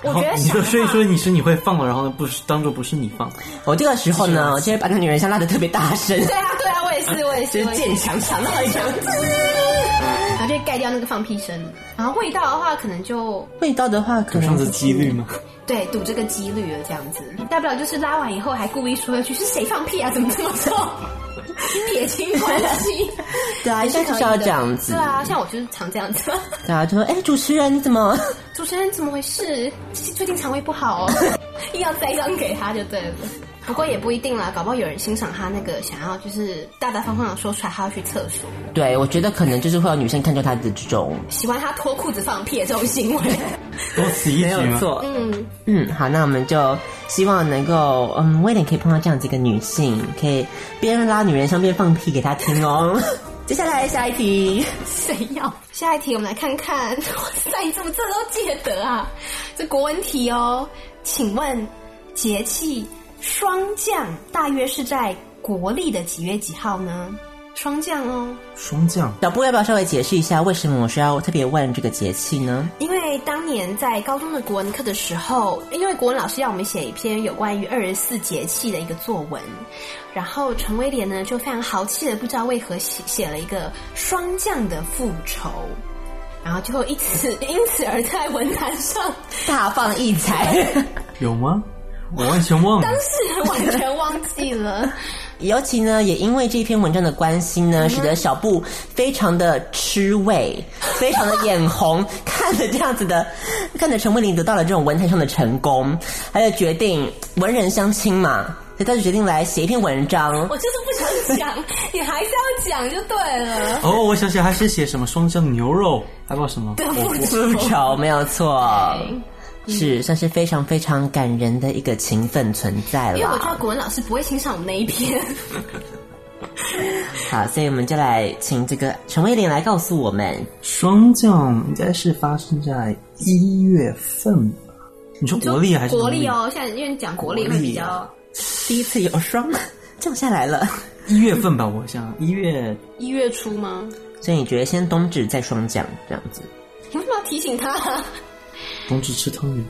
S2: 我觉
S9: 然后
S2: 得
S9: 你
S2: 想
S9: 说，
S2: 的
S9: 所以
S2: 话
S9: 说你是你会放了，然后呢不是当做不是你放，
S6: 我这个时候 呢，我今天把那个女人像拉的特别大声，
S2: 对啊对啊，我也是我也是
S6: 就
S2: 我
S6: 是
S2: 也是
S6: 渐强强到一种。
S2: 然后就盖掉那个放屁声。然后味道的话，可能就
S6: 味道的话，可
S9: 有
S6: 能
S9: 上
S6: 就
S9: 次
S6: 是
S9: 几率吗？
S2: 对赌这个几率了，这样子。大不了就是拉完以后还故意说一句是谁放屁啊，怎么这么臭， 撇清关 系。
S6: 对啊，应该就是要这样子
S2: 对。啊，像我就是常这样子。
S6: 对啊，就说哎，主持人你怎么？
S2: 主持人怎么回事？最近肠胃不好哦， 硬要栽赃给他就对了。不过也不一定啦，搞不好有人欣赏他那个想要就是大大方方的说出来，他要去厕所，
S6: 对，我觉得可能就是会有女生看中他的这种，
S2: 喜欢他脱裤子放屁的这种行为。
S9: 多此一举吗？
S6: 错。
S2: 嗯，
S6: 嗯，好，那我们就希望能够，嗯，威廉可以碰到这样子一个女性，可以边拉女人香边放屁给她听哦。接下来下一题，
S2: 谁要？下一题我们来看看， 哇塞，你怎么这都记得啊？这国文题哦，请问节气霜降大约是在国历的几月几号呢？霜降哦，
S9: 霜降
S6: 小布要不要稍微解释一下为什么我是要特别问这个节气呢？
S2: 因为当年在高中的国文课的时候，因为国文老师要我们写一篇有关于二十四节气的一个作文，然后陈威廉呢就非常豪气的，不知道为何写写了一个霜降的复仇，然后就因此 因此而在文坛上
S6: 大放异彩，
S9: 有吗？我完全忘了。
S2: 是完全忘记了。
S6: 尤其呢，也因为这篇文章的关系呢，使得小布非常的吃 味，非常的眼红，看着这样子的，看着陈慧琳得到了这种文坛上的成功，他就决定文人相亲嘛，所以他就决定来写一篇文章。
S2: 我就是不想讲，你还是要讲就对了。
S9: 哦，我想起来还是写什么霜降牛肉，还有什么？
S6: 复仇没嗯有错，是算是非常非常感人的一个情分存在
S2: 因为我知道
S6: 了。
S2: 国文老师不会欣赏我们那一篇，
S6: 好，所以我们就来请这个陈威廉来告诉我们，
S9: 霜降应该是发生在一月份吧？你说国历还是
S2: 国
S9: 农
S2: 历？哦，现在因为讲国历会比
S9: 啊
S2: 较
S6: 第一次有霜 降下来 了，
S9: 一月份吧，我想一月
S2: 一月初吗？
S6: 所以你觉得先冬至再霜降这样子？
S2: 你为什么要提醒他？
S9: 冬至吃汤圆。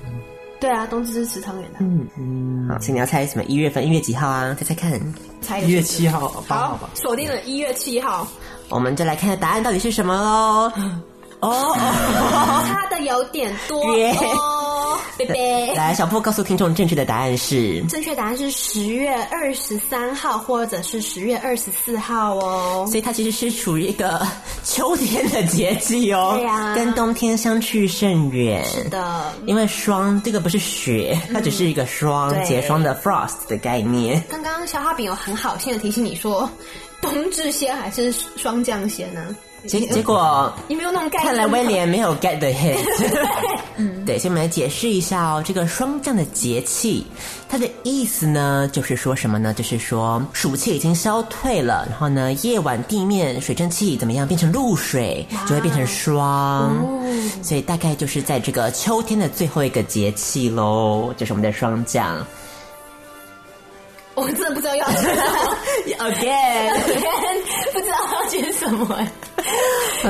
S2: 对啊，冬至是吃汤圆的，
S9: 嗯，
S6: 好，所以你要猜什么？一月份一月几号啊？猜猜看，
S2: 才有
S9: 一月七号、八号
S2: 好
S9: 吧，。
S2: 锁定了一月七号。
S6: 我们就来看看答案到底是什么喽。哦 哦，
S2: 差的有点多
S6: 耶
S2: 哦，贝贝。
S6: 来，小布告诉听众正确的答案是
S2: 正确答案是十月二十三号，或者是十月二十四号哦。
S6: 所以它其实是处于一个 秋天的节气哦，
S2: 对啊
S6: 跟冬天相去甚远。
S2: 的，
S6: 因为霜这个不是雪，它只是一个霜
S2: 对
S6: 结霜的 frost 的概念。
S2: 刚刚消化饼有很好心的提醒你说，冬至先还是霜降先呢、
S6: 结结果
S2: 你没有那种概念。
S6: 看来威。廉没有 get the hint。对，嗯所以我们来解释一下哦，这个霜降的节气，它的意思呢，就是说什么呢？就是说暑气已经消退了，然后呢，夜晚地面水蒸气怎么样变成露水，就会变成霜，所以大概就是在这个秋天的最后一个节气喽，就是我们的霜降。
S2: 我真的不知道要讲什么
S6: Again，
S2: 不知道要讲什么。
S6: 好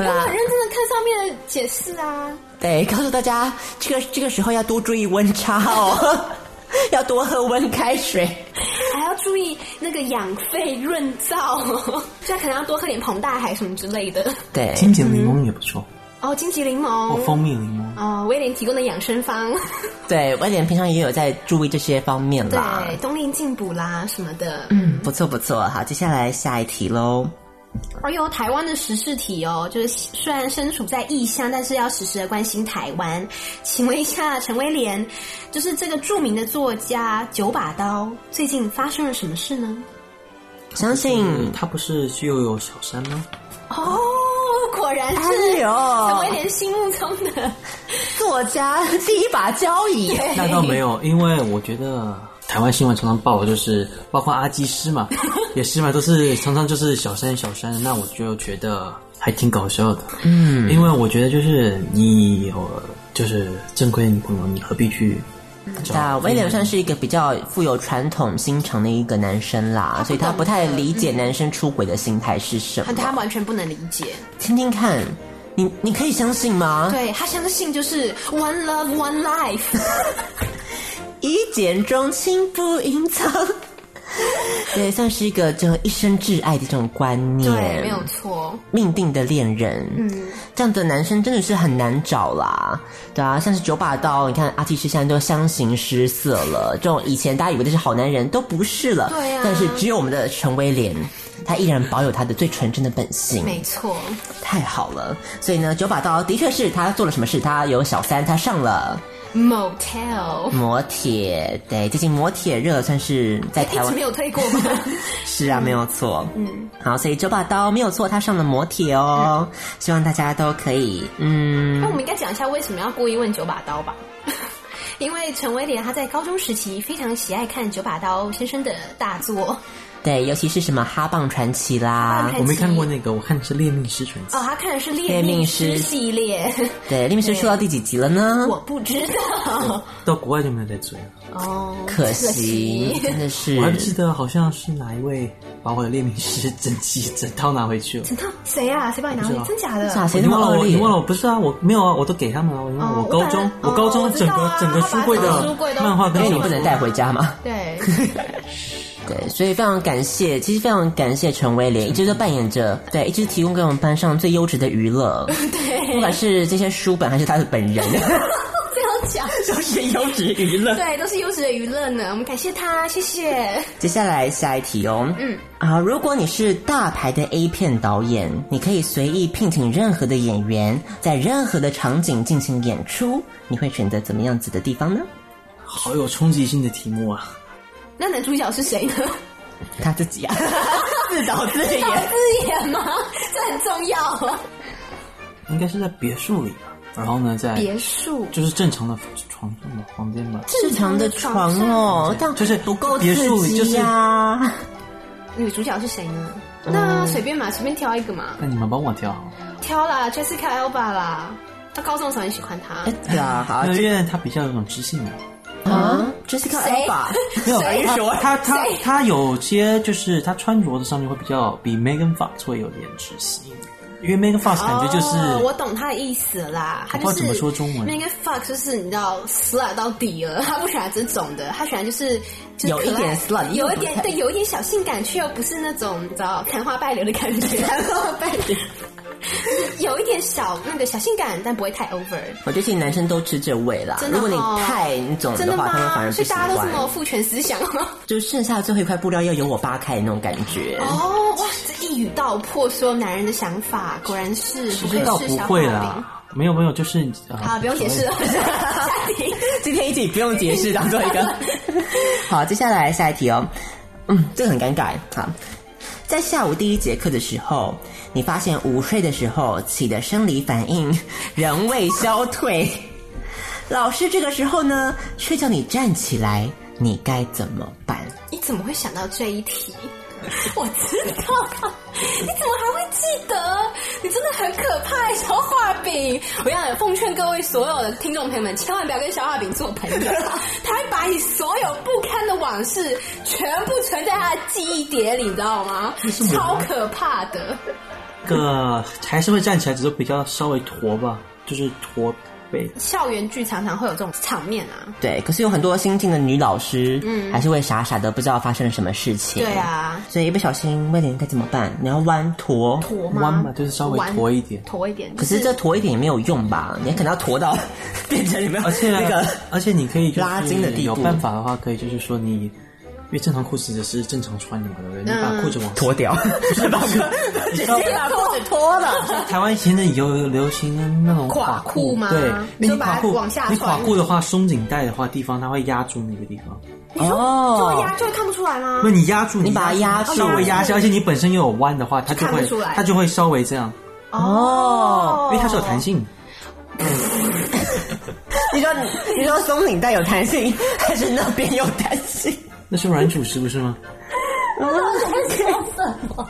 S2: 我
S6: 啦
S2: 啊很认真的看上面的解释啊。
S6: 对，告诉大家，这个这个时候要多注意温差哦， 要多喝温开水。
S2: 还要注意那个养肺润燥， 所以可能要多喝点膨大海什么之类的。
S6: 对，
S9: 金桔柠檬也不错，
S2: 哦，荆棘柠
S9: 或
S2: 檬，
S9: 蜂蜜柠檬。
S2: 哦，威廉提供的养生 方，
S6: 对，威廉平常也有在注意这些方面啦。
S2: 对，冬令进补啦什么的。嗯，
S6: 不错不错，好，接下来下一题喽。
S2: 而有台湾的时事题哦，就是虽然身处在异乡，但是要时时的关心台湾。请问一下陈威廉，就是这个著名的作家九把刀，最近发生了什么事呢？
S6: 相信
S9: 嗯，它不是又有小山吗？
S2: 哦，果然是
S6: 哎呦
S2: 陈威廉心目中 的。
S6: 作家第一把交椅，
S9: 那倒没有，因为我觉得台湾新闻常常报，就是包括阿基师 嘛，也是嘛，都是常常就是小三小三。那我就觉得还挺搞笑的，嗯，因为我觉得就是你有就是正规的女朋友，你何必去找？
S6: 那威廉算是一个比较富有传统心肠的一个男生啦，所以他不太理解男生出轨的心态是什
S2: 他
S6: 么。
S2: 他完全不能理解，
S6: 听听看，你你可以相信 吗？
S2: 对他相信就是 one love one life，
S6: 一见钟情不隐藏， 对，算是一个这种一生挚爱的这种观念，
S2: 对，没有错。
S6: 命定的恋人，嗯，这样的男生真的是很难找啦，对啊，像是九把刀，你看阿提师现在都相形失色了，这种以前大家以为的是好男人都不是了，
S2: 对啊
S6: 但是只有我们的陈威廉，他依然保有他的最纯真的本性，
S2: 没错，
S6: 太好了，所以呢，九把刀的确是他做了什么事，他有小三，他上了
S2: motel
S6: 摩铁，对，最近摩铁热算是在
S2: 一
S6: 台
S2: 直
S6: 湾
S2: 没有退过吗？
S6: 是啊，没有错。嗯，好，所以九把刀没有错，他上了摩铁哦。希望大家都可以，嗯
S2: 那我，们应该讲一下为什么要故意问九把刀吧？因为陈威廉他在高中时期非常喜爱看九把刀先生的大作，
S6: 对，尤其是什么哈棒传奇啦，
S9: 我没看过那个，我看的是《恋命师传奇》
S2: 哦，他看的是《
S6: 猎
S2: 猎
S6: 命
S2: 命
S6: 师
S2: 师》系列，
S6: 对，林明是出到第几集了呢？
S2: 我不知道
S9: 到国外就没有在追了。
S2: 哦，
S6: 可惜，真的是
S9: 我还不记得好像是哪一位把我的《恋命师》整集整套拿回去了。
S2: 等到谁啊？谁帮你拿
S9: 不
S2: 回
S9: 知道
S2: 去？真假的？
S6: 傻谁
S9: 哦你
S6: 那么
S9: 忘了
S6: 恶
S9: 我？你
S6: 劣？
S9: 忘了我不是啊？我没有啊，我都给他们了。我忘了
S2: 哦
S9: 我高中，
S2: 我本来
S9: 我高中
S2: 哦我知
S9: 整
S2: 道
S9: 个
S2: 啊
S9: 整个书柜
S2: 他把
S9: 的
S2: 整个书柜都
S9: 漫画跟
S6: 因为
S9: 小
S6: 哎你不能带回家嘛。
S2: 对，
S6: 对，所以非常感谢，其实非常感谢陈威廉，一直都扮演着，对，一直提供给我们班上最优质的娱乐，对，不管是这些书本还是他的本人，
S2: 这样讲。
S6: 都是优质娱乐。
S2: 对，都是优质的娱乐呢，我们感谢他，谢谢。
S6: 接下来下一题哦。嗯啊，如果你是大牌的 A 片导演，你可以随意聘请任何的演员，在任何的场景进行演出，你会选择怎么样子的地方呢？
S9: 好有冲击性的题目啊！
S2: 那男主角是谁呢？
S6: 他自己啊， 自导自 演。
S2: 自演吗？这很重要啊。
S9: 应该是在别墅里吧？然后呢，在
S2: 别墅
S9: 就是正常的床上的房间吧。
S6: 正常的床哦，但
S9: 就是
S6: 不够
S9: 别墅
S6: 刺激呀、
S2: 女主角是谁呢？那随便嘛，随便挑一个嘛，
S9: 那你们帮我啊挑，
S2: 挑啦，Jessica Alba 啦。他高中的时候很喜欢他
S6: 哎， 对啊， 好啊
S9: 因为它比较有种知性的。
S6: 啊，Jessica
S2: 谁
S6: Alba，
S9: 没有，
S2: 谁
S9: 他
S2: 谁
S9: 他他他有些就是他穿着的上面会比较比 Megan Fox 会有点知性，因为 Megan Fox 感觉就是
S2: 哦我懂他的意思啦，他就
S9: 我
S2: 是
S9: 不知道怎么说中文
S2: 那个 fuck 就是你知道 slut 到底了，他不喜欢这种的，他喜欢就是就是
S6: 有一点
S2: 可爱
S6: slut，
S2: 有一
S6: 因为
S2: 点
S6: 不太
S2: 对，有一点小性感，却又不是那种你知道砍花败柳的感觉，砍花败柳，有一点小那个小性感，但不会太 over。
S6: 我觉得其实男生都吃这味啦。
S2: 真的
S6: 如果
S2: 哦
S6: 你太那种
S2: 真
S6: 的话，他们反
S2: 吗？
S6: 而
S2: 所
S6: 不
S2: 以
S6: 喜
S2: 大
S6: 欢
S2: 家都这。么有父权思想吗？
S6: 就是剩下最后一块布料要由我扒开的那种感觉。
S2: 哦，哇，这一语道破所有男人的想法，果然是不
S9: 其
S2: 愧
S9: 实倒
S2: 是
S9: 不
S2: 小
S9: 会
S2: 好兵。
S9: 啦，没有没有，就是
S2: 好，
S9: 啊
S2: 不用 解释了，下一题。
S6: 今天一集不用解释，当做一个。好，接下来下一题哦。嗯，这个很尴尬。好，在下午第一节课的时候，你发现午睡的时候起的生理反应仍未消退， 老师这个时候呢，却叫你站起来，你该怎么办？
S2: 你怎么会想到这一题？我知道，啊你怎么还会记得？你真的很可怕，小画饼！我要奉劝各位所有的听众朋友们，千万不要跟小画饼做朋友， 他会把你所有不堪的往事全部存在他的记忆碟里，你知道吗？超可怕的！
S9: 个还是会站起来，只是比较稍微驼吧，就是驼背。
S2: 校园剧常常会有这种场面啊。
S6: 对，可是有很多新进的女老师，嗯，还是会傻傻的不知道发生了什么事情。
S2: 对，啊，
S6: 所以一不小心威廉该怎么办？你要弯驼，
S2: 驼
S9: 弯
S2: 吗
S9: 吧，？就是稍微
S2: 弯
S9: 驼一点。
S2: 驼一点。
S6: 可是这驼一点也没有用吧？你可能要驼到 变成有没有
S9: 而 且
S6: 那个
S9: 而且你可以就是
S6: 拉筋的地步
S9: 有办法的话，可以就是说你，因为正常裤子只是正常穿的嘛，对不对？你把裤子往
S6: 嗯驼掉，把
S9: 知道
S6: 把裤子脱了。
S9: 台湾以前的有流行那种
S2: 垮
S9: 裤
S2: 裤吗
S9: 对，因为
S2: 就
S9: 你
S2: 把
S9: 垮
S2: 它
S9: 裤
S2: 往下
S9: 你垮
S2: 穿
S9: 裤的话，松紧带的话，地方它会压住那个地方。
S2: 就
S6: 哦
S2: 哎压，就会看不出来吗
S9: 那？你压住，
S6: 你把它压住
S9: 稍微压下，而且你本身又有弯的话，它就
S2: 看不
S9: 会
S2: 出来
S9: 它就会稍微这样，
S6: 哦，
S9: 因为它是有
S2: 啊
S9: 弹性。
S6: 你说你说松领带有弹性，还是那边有弹性？
S9: 那是软组织不是吗？嗯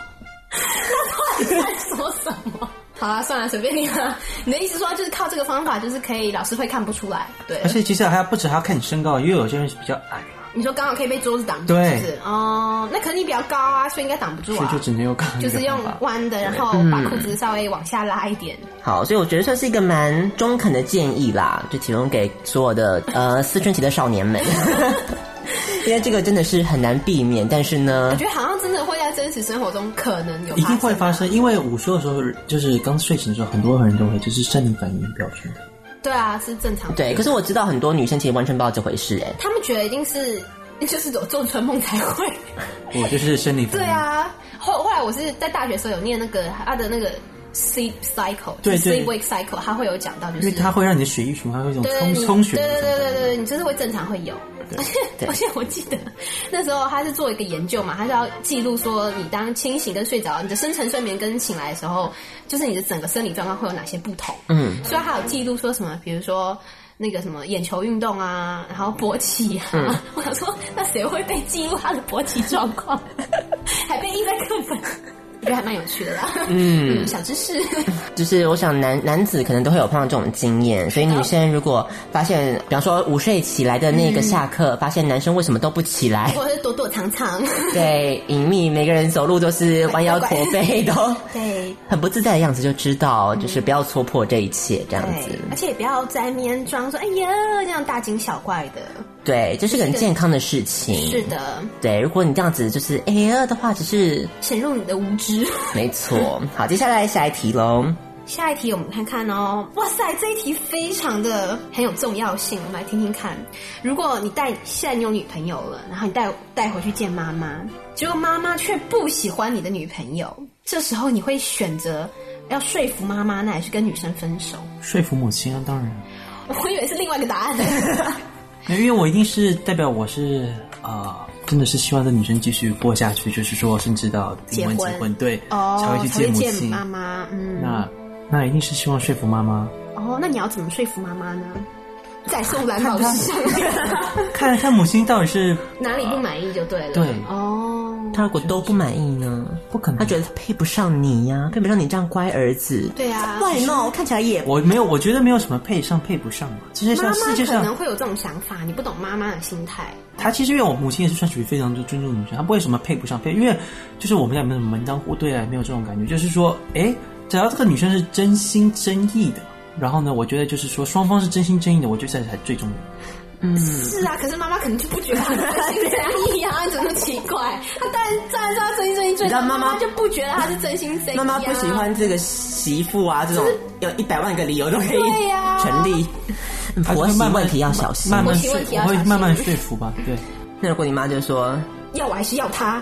S2: 说什么？ 好啦，算了，随便你啦。你的意思说就是靠这个方法，就是可以老师会看不出来，对
S9: 而？且其实还要不止还要看你身高，因为有些人是比较矮，
S2: 你说刚好可以被桌子挡住，是
S9: 对
S2: 不是？哦，那可能你比较高啊，所以应该挡不住
S9: 所以
S2: 啊
S9: 就。只能用看。
S2: 就是用弯的，然后把裤子稍微往下拉一
S9: 嗯
S2: 点。
S6: 好，所以我觉得算是一个蛮中肯的建议啦，就提供给所有的呃思春期的少年 们，因为这个真的是很难避免，但是呢
S2: 我，觉得好像真的会在真实生活中可能有
S9: 一定会
S2: 发
S9: 发生，因为午休的时候，就是刚睡醒的时候，很多人都会就是生理反应表现。
S2: 生。对啊，是正常的。
S6: 对，可是我知道很多女生其实完全不知道这回事、哎，
S2: 他们觉得一定是 就是有做春梦才会。
S9: 我哦就是生理反应。
S2: 对，啊，后后来我是在大学的时候有念那个他的那个 sleep cycle，
S9: 对
S2: 就是 sleep
S9: 对
S2: wake cycle，他会有讲到，就
S9: 因为
S2: 是
S9: 它会让你的血液循环会有一种
S2: 嗯对
S9: 充
S2: 你
S9: 充血
S2: 对对
S9: 的那种
S2: 对
S9: 感觉。
S2: 对对，你就是会正常会有。 而且
S6: 对
S2: 而且我记得那时候他是做一个研究嘛，他是要记录说你当清醒跟睡着，你的深层睡眠跟醒来的时候，就是你的整个生理状况会有哪些不同。
S6: 嗯，
S2: 所以他有记录说什么，比如说。那个什么眼球运动啊，然后勃起啊， 我想说，那谁会被记录他的勃起状况， 还被印在课本， 我觉得还蛮有趣的啦。嗯，小知识。
S6: 就是我想男男子可能都会有碰到这种经验，所以女生如果发现，比方说午睡起来的那个下课，发现男生为什么都不起 来，
S2: 或者是躲躲藏藏。
S6: 对，隐秘，每个人走路都是弯腰驼背，都
S2: 对
S6: 很不自在的样子，就知道就是不要戳破这一切，这样子
S2: 对，，而且也不要在面装说哎呀这样大惊小怪的。
S6: 对，这是个很健康的事情，
S2: 是，的，
S6: 对，如果你这样子就是哎呀的话，只是
S2: 显露你的无知。
S6: 没 错。好，接下来下一题喽，
S2: 下一题我们看看哦，哇塞，这一题非常的很有重要性，我们来听听看。如果你带现在你有女朋友了，然后你带带回去见妈妈，结果妈妈却不喜欢你的女朋友，这时候你会选择要说服妈妈呢，还是跟女生分手？
S9: 说服母亲啊，当然，
S2: 我以为是另外一个答案。
S9: 因为我一定是代表我是啊、呃真的是希望这女生继续过下去，就是说甚至到订婚
S2: 结
S9: 结
S2: 婚
S9: 婚，对，
S2: 哦，
S9: 才会去见母
S2: 见
S9: 亲。
S2: 妈妈，嗯，
S9: 那那一定是希望说服妈妈，
S2: 哦，那你要怎么说服妈妈呢？再送蓝 宝石，
S9: 看看母亲到底是
S2: 哪里不满意就对了。
S9: 对
S2: 哦，
S6: 他如果都不满意呢？
S9: 不可能
S6: 他觉得他配不上你呀、配不上你这样乖儿子。
S2: 对啊
S6: 外貌看起来也
S9: 我没有，我觉得没有什么配上配不上嘛。这些
S2: 妈
S9: 上世
S2: 妈
S9: 界
S2: 可能
S9: 上，
S2: 会有这种想法，你不懂妈妈的心态。
S9: 她其实因为我母亲也是算属于非常就尊重女生，她不会什么配不上配，因为就是我们家没有什么门当户对啊，没有这种感觉。就是说，哎，只要这个女生是真心真意的，然后呢，我觉得就是说双方是真心真意的，我觉得这才最重要。
S6: 嗯
S2: 是啊，可是妈妈可能就不觉得她真心真意啊，怎么奇怪？她当然当然知道真心真意，所以
S6: 知道妈妈
S2: 妈就不觉得她是真心真意、啊。
S6: 妈妈不喜。欢这个媳妇啊，这种有一百万个理由都可以
S2: 对呀
S6: 成立。婆媳问题要小心。
S9: 慢慢
S2: 婆媳
S9: 说
S2: 问，题
S9: 我
S2: 要
S9: 会
S2: 小心
S9: 慢慢说服吧。对，
S6: 那如果你妈就说，
S2: 要我还是要她，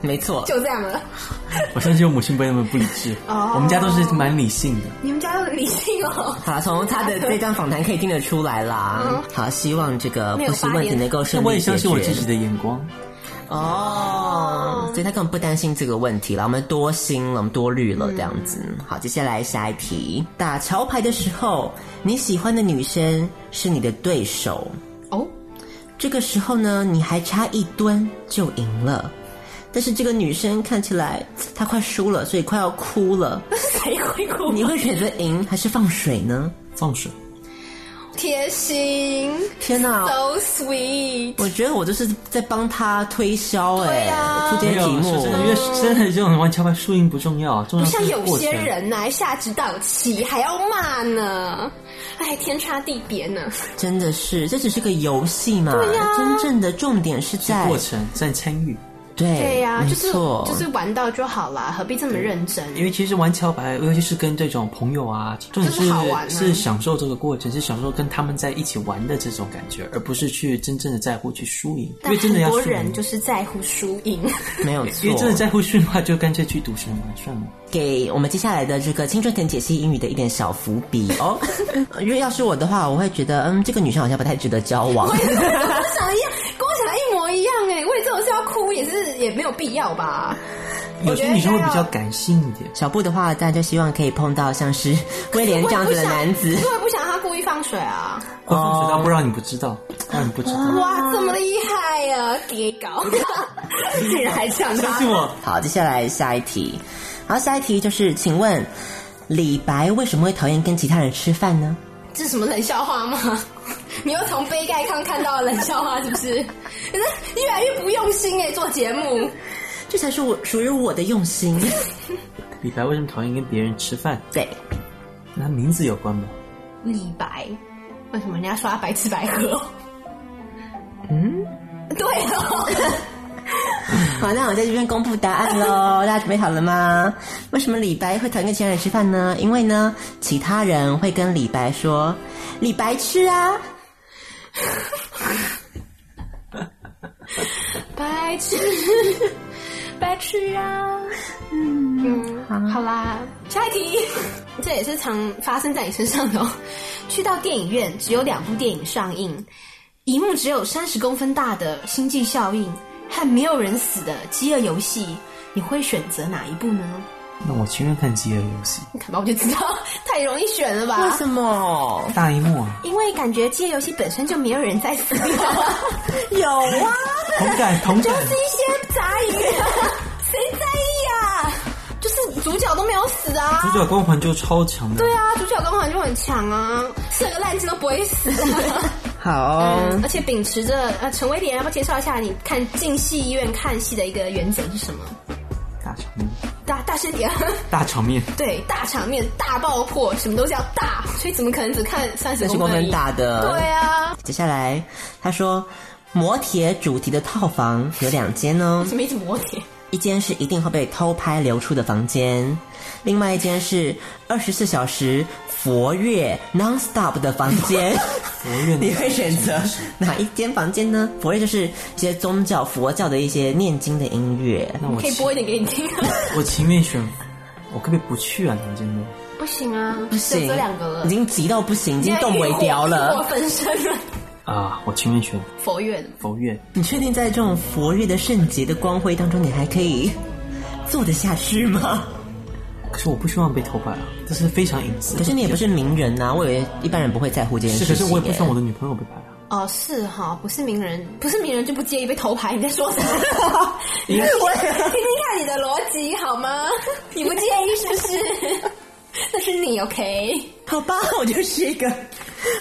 S6: 没错，
S2: 就这样了。
S9: 我相信我母亲不会那么不理智，
S2: 哦
S9: 我们家都是蛮理性的。
S2: 你们家都很理性哦。
S6: 好啦，从她的这段访谈可以听得出来
S2: 嗯
S6: 啦。好，希望这个
S2: 没有
S6: 婆媳问题能够顺
S9: 我
S6: 利
S9: 也
S6: 解
S9: 相信我自己
S6: 决。
S9: 的眼光。
S6: 哦，所以她根本不担心这个问题了。我们多心了，我们多虑
S2: 嗯
S6: 了，这样子。好，接下来下一题，打桥牌的时候，你喜欢的女生是你的对手，
S2: 哦，
S6: 这个时候呢，你还差一吨就赢了。但是这个女生看起来她快输了，所以快要 哭了。
S2: 谁会哭？
S6: 你会选择赢还是放水呢？
S9: 放水，
S2: 贴心
S6: 天哪！
S2: ，so sweet。
S6: 我觉得我就是在帮他推销哎、
S2: 对啊
S6: 出这些
S9: 没有
S6: 题
S9: 说
S6: 目
S9: 真的，因为真的这种玩跷牌输赢不重要，重
S2: 不
S9: 要
S2: 像
S9: 是
S2: 有
S9: 嗯过
S2: 些
S9: 程。
S2: 人呐、下指导棋还要骂呢，哎，天差地别呢。
S6: 真的是这只是个游戏嘛？
S2: 对呀
S6: 真正的重点是在
S9: 过程在参与，
S6: 对
S2: 对呀、
S6: 没
S2: 就是
S6: 错，
S2: 就是玩到就好啦，何必这么认真？
S9: 因为其实玩跷牌，尤其是跟这种朋友啊，重点
S2: 就是好玩啊
S9: 是是享受这个过程，是享受跟他们在一起玩的这种感觉，而不是去真正的在乎去输赢。因
S2: 但
S9: 为真的
S2: 很
S9: 要
S2: 多
S9: 输
S2: 人
S9: 赢，
S2: 就是在乎输 赢，
S6: 没有错。
S9: 因为真的在乎输赢的话，就干脆去赌神玩算了。
S6: 给我们接下来的这个青春甜解析英语的一点小伏笔 哦。因为要是我的话，我会觉得，嗯，这个女生好像不太值得交往。
S2: 跟我想的一样，跟我想的一模一样哎、为这种事要哭也是也没有必要吧？
S9: 有
S2: 我觉
S9: 些
S2: 得
S9: 女生会
S2: 要
S9: 比较感性一点，
S6: 小布的话，大家就希望可以碰到像 是威廉这样子的男子
S2: 因。为不想他故意放水啊！
S9: 会放水到不让你不知道，让你不知道。
S2: 哇，这么厉害啊，给 搞，竟然还抢
S9: 相
S2: 他
S9: 信！我，
S6: 好，接下来下一题。好，下一题就是，请问李白为什么会讨厌跟其他人吃饭呢？
S2: 这是什么冷笑话吗？ 你又从杯盖上看到了冷笑话是 不是？你这越来越不用心哎、做节目。
S6: 这才是我属于我的用心。
S9: 李白为什么讨厌跟别人吃饭？
S6: 对，
S9: 跟他名字有关吧？
S2: 李白，为什么人家说他白吃白喝？嗯， 对哦，
S6: 好，那我在这边公布答案 喽，大家准备好了吗？为什么李白会讨厌跟其他人吃饭呢？因为呢，其他人会跟李白说：“李白吃啊
S2: 白痴，白痴啊！嗯，好啦，下一题，这也是常发生在你身上的、哦。去到电影院，只有两部电影上映，一幕只有三十公分大的《星际效应》和没有人死的《饥饿游戏》，你会选择哪一部呢？
S9: 那我情愿看《饥饿游戏
S2: 你看吧，我就知道，太容易选了吧？》，
S6: 什么？
S9: 大荧幕啊，
S2: 因为感觉饥饿游戏本身就没有人在死掉， 有啊，
S9: 同感同
S2: 就
S9: 感。
S2: 是一些杂鱼， 谁在意啊？就是主角都没有死啊，
S9: 主角光环就超强的，
S2: 对啊，主角光环就很强啊，射个烂箭都不会 死、啊。
S6: 好哦、
S2: 嗯， 而且秉持着呃，陈威廉要不要介绍一下你看进戏院看戏的一个原则是什么？
S9: 大场面，
S2: 大大声点，
S9: 大场面。
S2: 对，大场面、大爆破，什么都叫大，所以怎么可能只看三十
S6: 三十公分
S2: 而已？
S6: 大的。
S2: 对啊，
S6: 接下来他说，摩铁主题的套房有两间哦，
S2: 什么一直磨铁？
S6: 一间是一定会被偷拍流出的房间，另外一间是二十四小时佛乐 non stop 的房 间。
S9: 佛院
S6: 你会选择哪一间房间呢？佛乐就是一些宗教、佛教的一些念经的音乐。
S9: 那我
S2: 可以
S9: 情
S2: 播一点给你 听。
S9: 我情愿选，我可不可以不去啊？南京路
S2: 不行啊，
S6: 不行，
S2: 就这两个了，
S6: 已经急到不行，已经动尾雕
S2: 我
S6: 了。
S2: 分身了，
S9: 啊，我情愿选
S2: 佛乐的。
S9: 佛院。
S6: 你确定在这种佛日的圣洁的光辉当中，你还可以做得下去吗？
S9: 可是我不希望被偷拍啊，这是非常隐私。
S6: 可是你也不是名人呐、我以为一般人不会在乎这件
S9: 是，
S6: 事
S9: 可
S6: 情、
S9: 是我也不希望我
S6: 欸
S9: 的女朋友被拍啊。
S2: 哦，是哈，不是名人，不是名人就不介意被偷拍。你在说什么？ 你听听看你的逻辑好吗？ 你不介意是不是？ 那是你 OK？
S6: 好吧， 我就是一个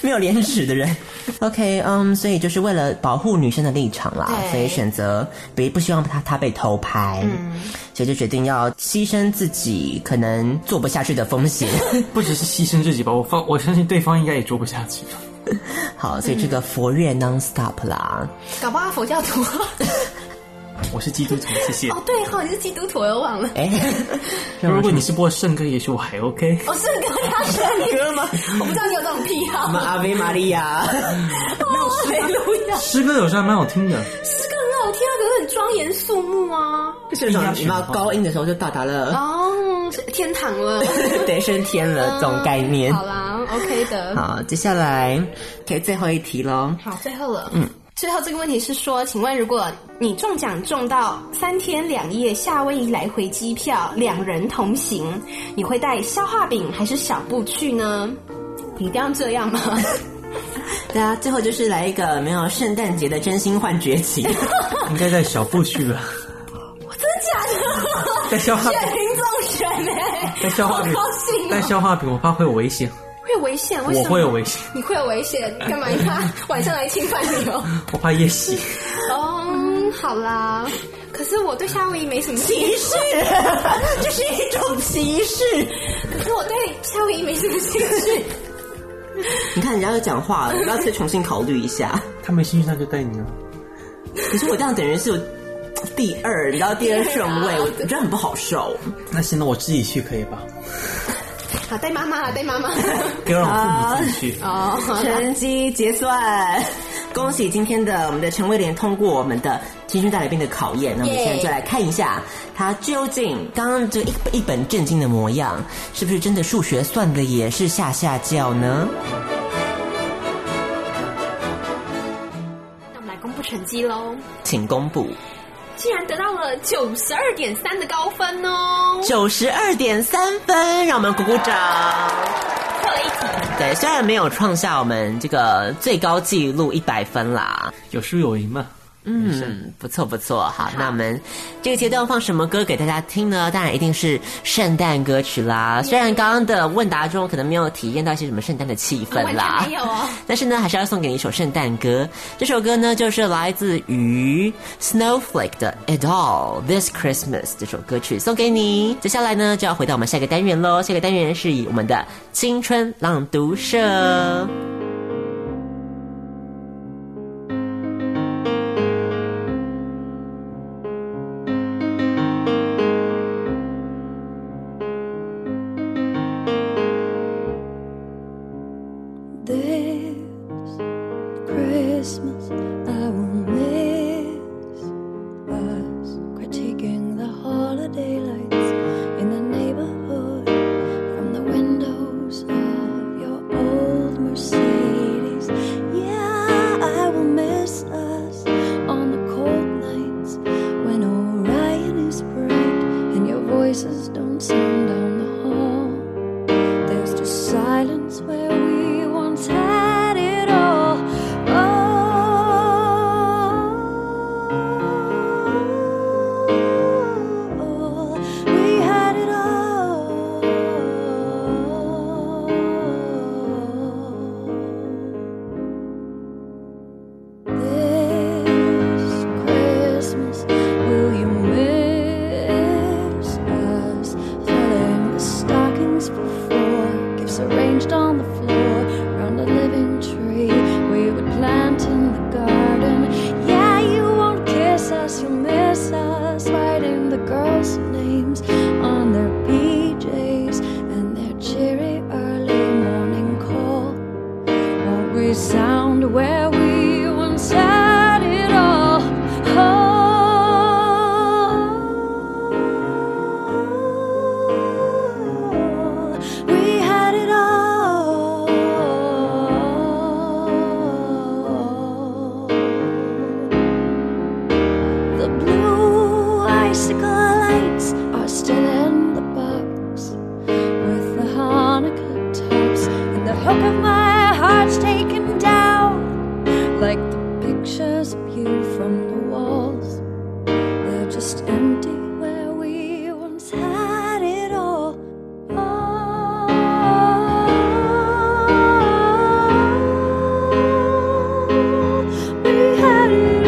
S6: 没有廉耻的人。OK，嗯、所以就是为了保护女生的立场啦，
S2: 对
S6: 所以选择不不希望她她被偷拍，
S2: 嗯
S6: 所以就决定要牺牲自己可能做不下去的风险。
S9: 不只是牺牲自己吧，我放我相信对方应该也做不下去吧。
S6: 好，所以这个佛乐 non stop 啦，
S2: 搞不好他佛教徒哦，
S9: 我是基督徒，谢谢。
S2: 对哈、你是基督徒，我又忘了。
S6: 哎、
S9: 如果你是播圣歌，也许我还 OK。
S2: 我哦是跟他说你歌吗？我不知道你有这种癖好。
S6: 阿维玛利亚，
S2: 没路亚，
S9: 诗歌有时候还蛮好听的，
S2: 是个很好听啊，可是很庄严肃穆啊。
S6: 这种你们要高音的时候就到达 了
S2: 哦，是天堂 了。
S6: 对升天了这种概念。
S2: 好啦，OK 的。
S6: 好，接下来可以最后一题喽。
S2: 好，最后了。嗯，最后这个问题是说，请问如果你中奖中到三天两夜夏威夷来回机票，两人同行，你会带消化饼还是小布去呢？你一定要这样吗？
S6: 对啊，最后就是来一个没有圣诞节的真心换绝 情。
S9: 应该在小 布去吧，
S2: 真假的？
S9: 在消化
S2: 选听众选哎、
S9: 在消化
S2: 好
S9: 饼
S2: 高兴、
S9: 带
S2: 哦，
S9: 消化饼，我怕会有危险。
S2: 会有危险，为什
S9: 我
S2: 么
S9: 会有危险，
S2: 你会有危险，干嘛他晚上来侵犯你哦？
S9: 我怕夜袭。
S2: 哦、好啦，可是我对夏威夷没什么兴趣，
S6: 是，这是一种歧视。
S2: 可是我对夏威夷没什么兴趣。
S6: 你看人家又讲话了，我要再重新考虑一下。
S9: 他没兴趣，他就带你了。
S6: 可是我这样等于是第二，你知道第二顺 位，我觉得很不好受。
S9: 那行，那我自己去可以吧？
S2: 好，啊带妈妈啦，带妈妈。
S9: 不要让我父母自己去。
S2: 哦，
S6: 成绩结算，恭喜今天的我们的陈威廉通过我们的青春大来宾的考验。那我们现在就来看一下他究竟刚刚这一一本正经的模样，是不是真的数学算的也是下下教呢？
S2: 那我们来公布成绩喽。
S6: 请公布
S2: 竟然得到了九十二点三的高分哦，
S6: 九十二点三分，让我们鼓鼓掌。
S2: 错了一题。
S6: 对，虽然没有创下我们这个最高纪录一百分啦，
S9: 有输有赢嘛。
S6: 嗯，不错不错，好，那我们这个阶段放什么歌给大家听呢？当然一定是圣诞歌曲啦。虽然刚刚的问答中可能没有体验到一些什么圣诞的气氛啦，
S2: 完全没有哦
S6: 但是呢，还是要送给你一首圣诞歌。这首歌呢，就是来自于 Snowflake 的《At All This Christmas》这首歌曲，送给你。接下来呢，就要回到我们下一个单元喽。下一个单元是以我们的青春朗读社。
S10: This Christmas, I will miss us critiquing the holiday lights in the neighborhood from the windows of your old Mercedes. Yeah, I will miss us on the cold nights when Orion is bright and your voices don't sound down the hall. There's just silence where we once had it all. Oh, we had it all. This Christmas, will you miss us? Filling the stockings before gifts arranged on the floor round a living tree we would plant in the garden. Yeah, you won't kiss us, you'll miss us writing the girls' names on their PJs and their cheery early morning call won't resound where we once had it all. Oh, we had it all. The blue icicle lights are still in the box with the Hanukkah tops and the hook of my heart's taken down like the pictures of you from the walls. They're just empty where we once had it all. Ah, Oh, we had it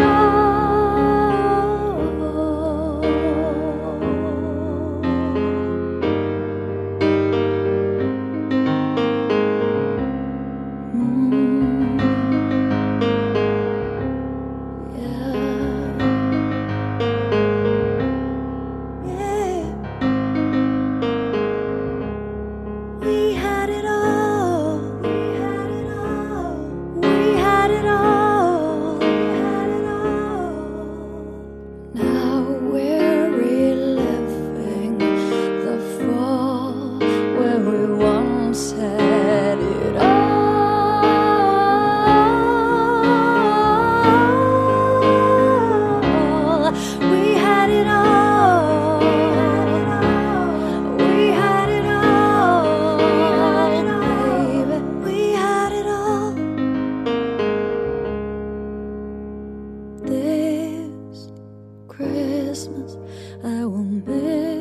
S10: all. Mm. Yeah. Yeah. We had it all. We had it all. We had it all. We had it all. Now we're reliving the fall where we once had it all. We had it all. We had it all, baby. We had it all. This Christmas I will miss.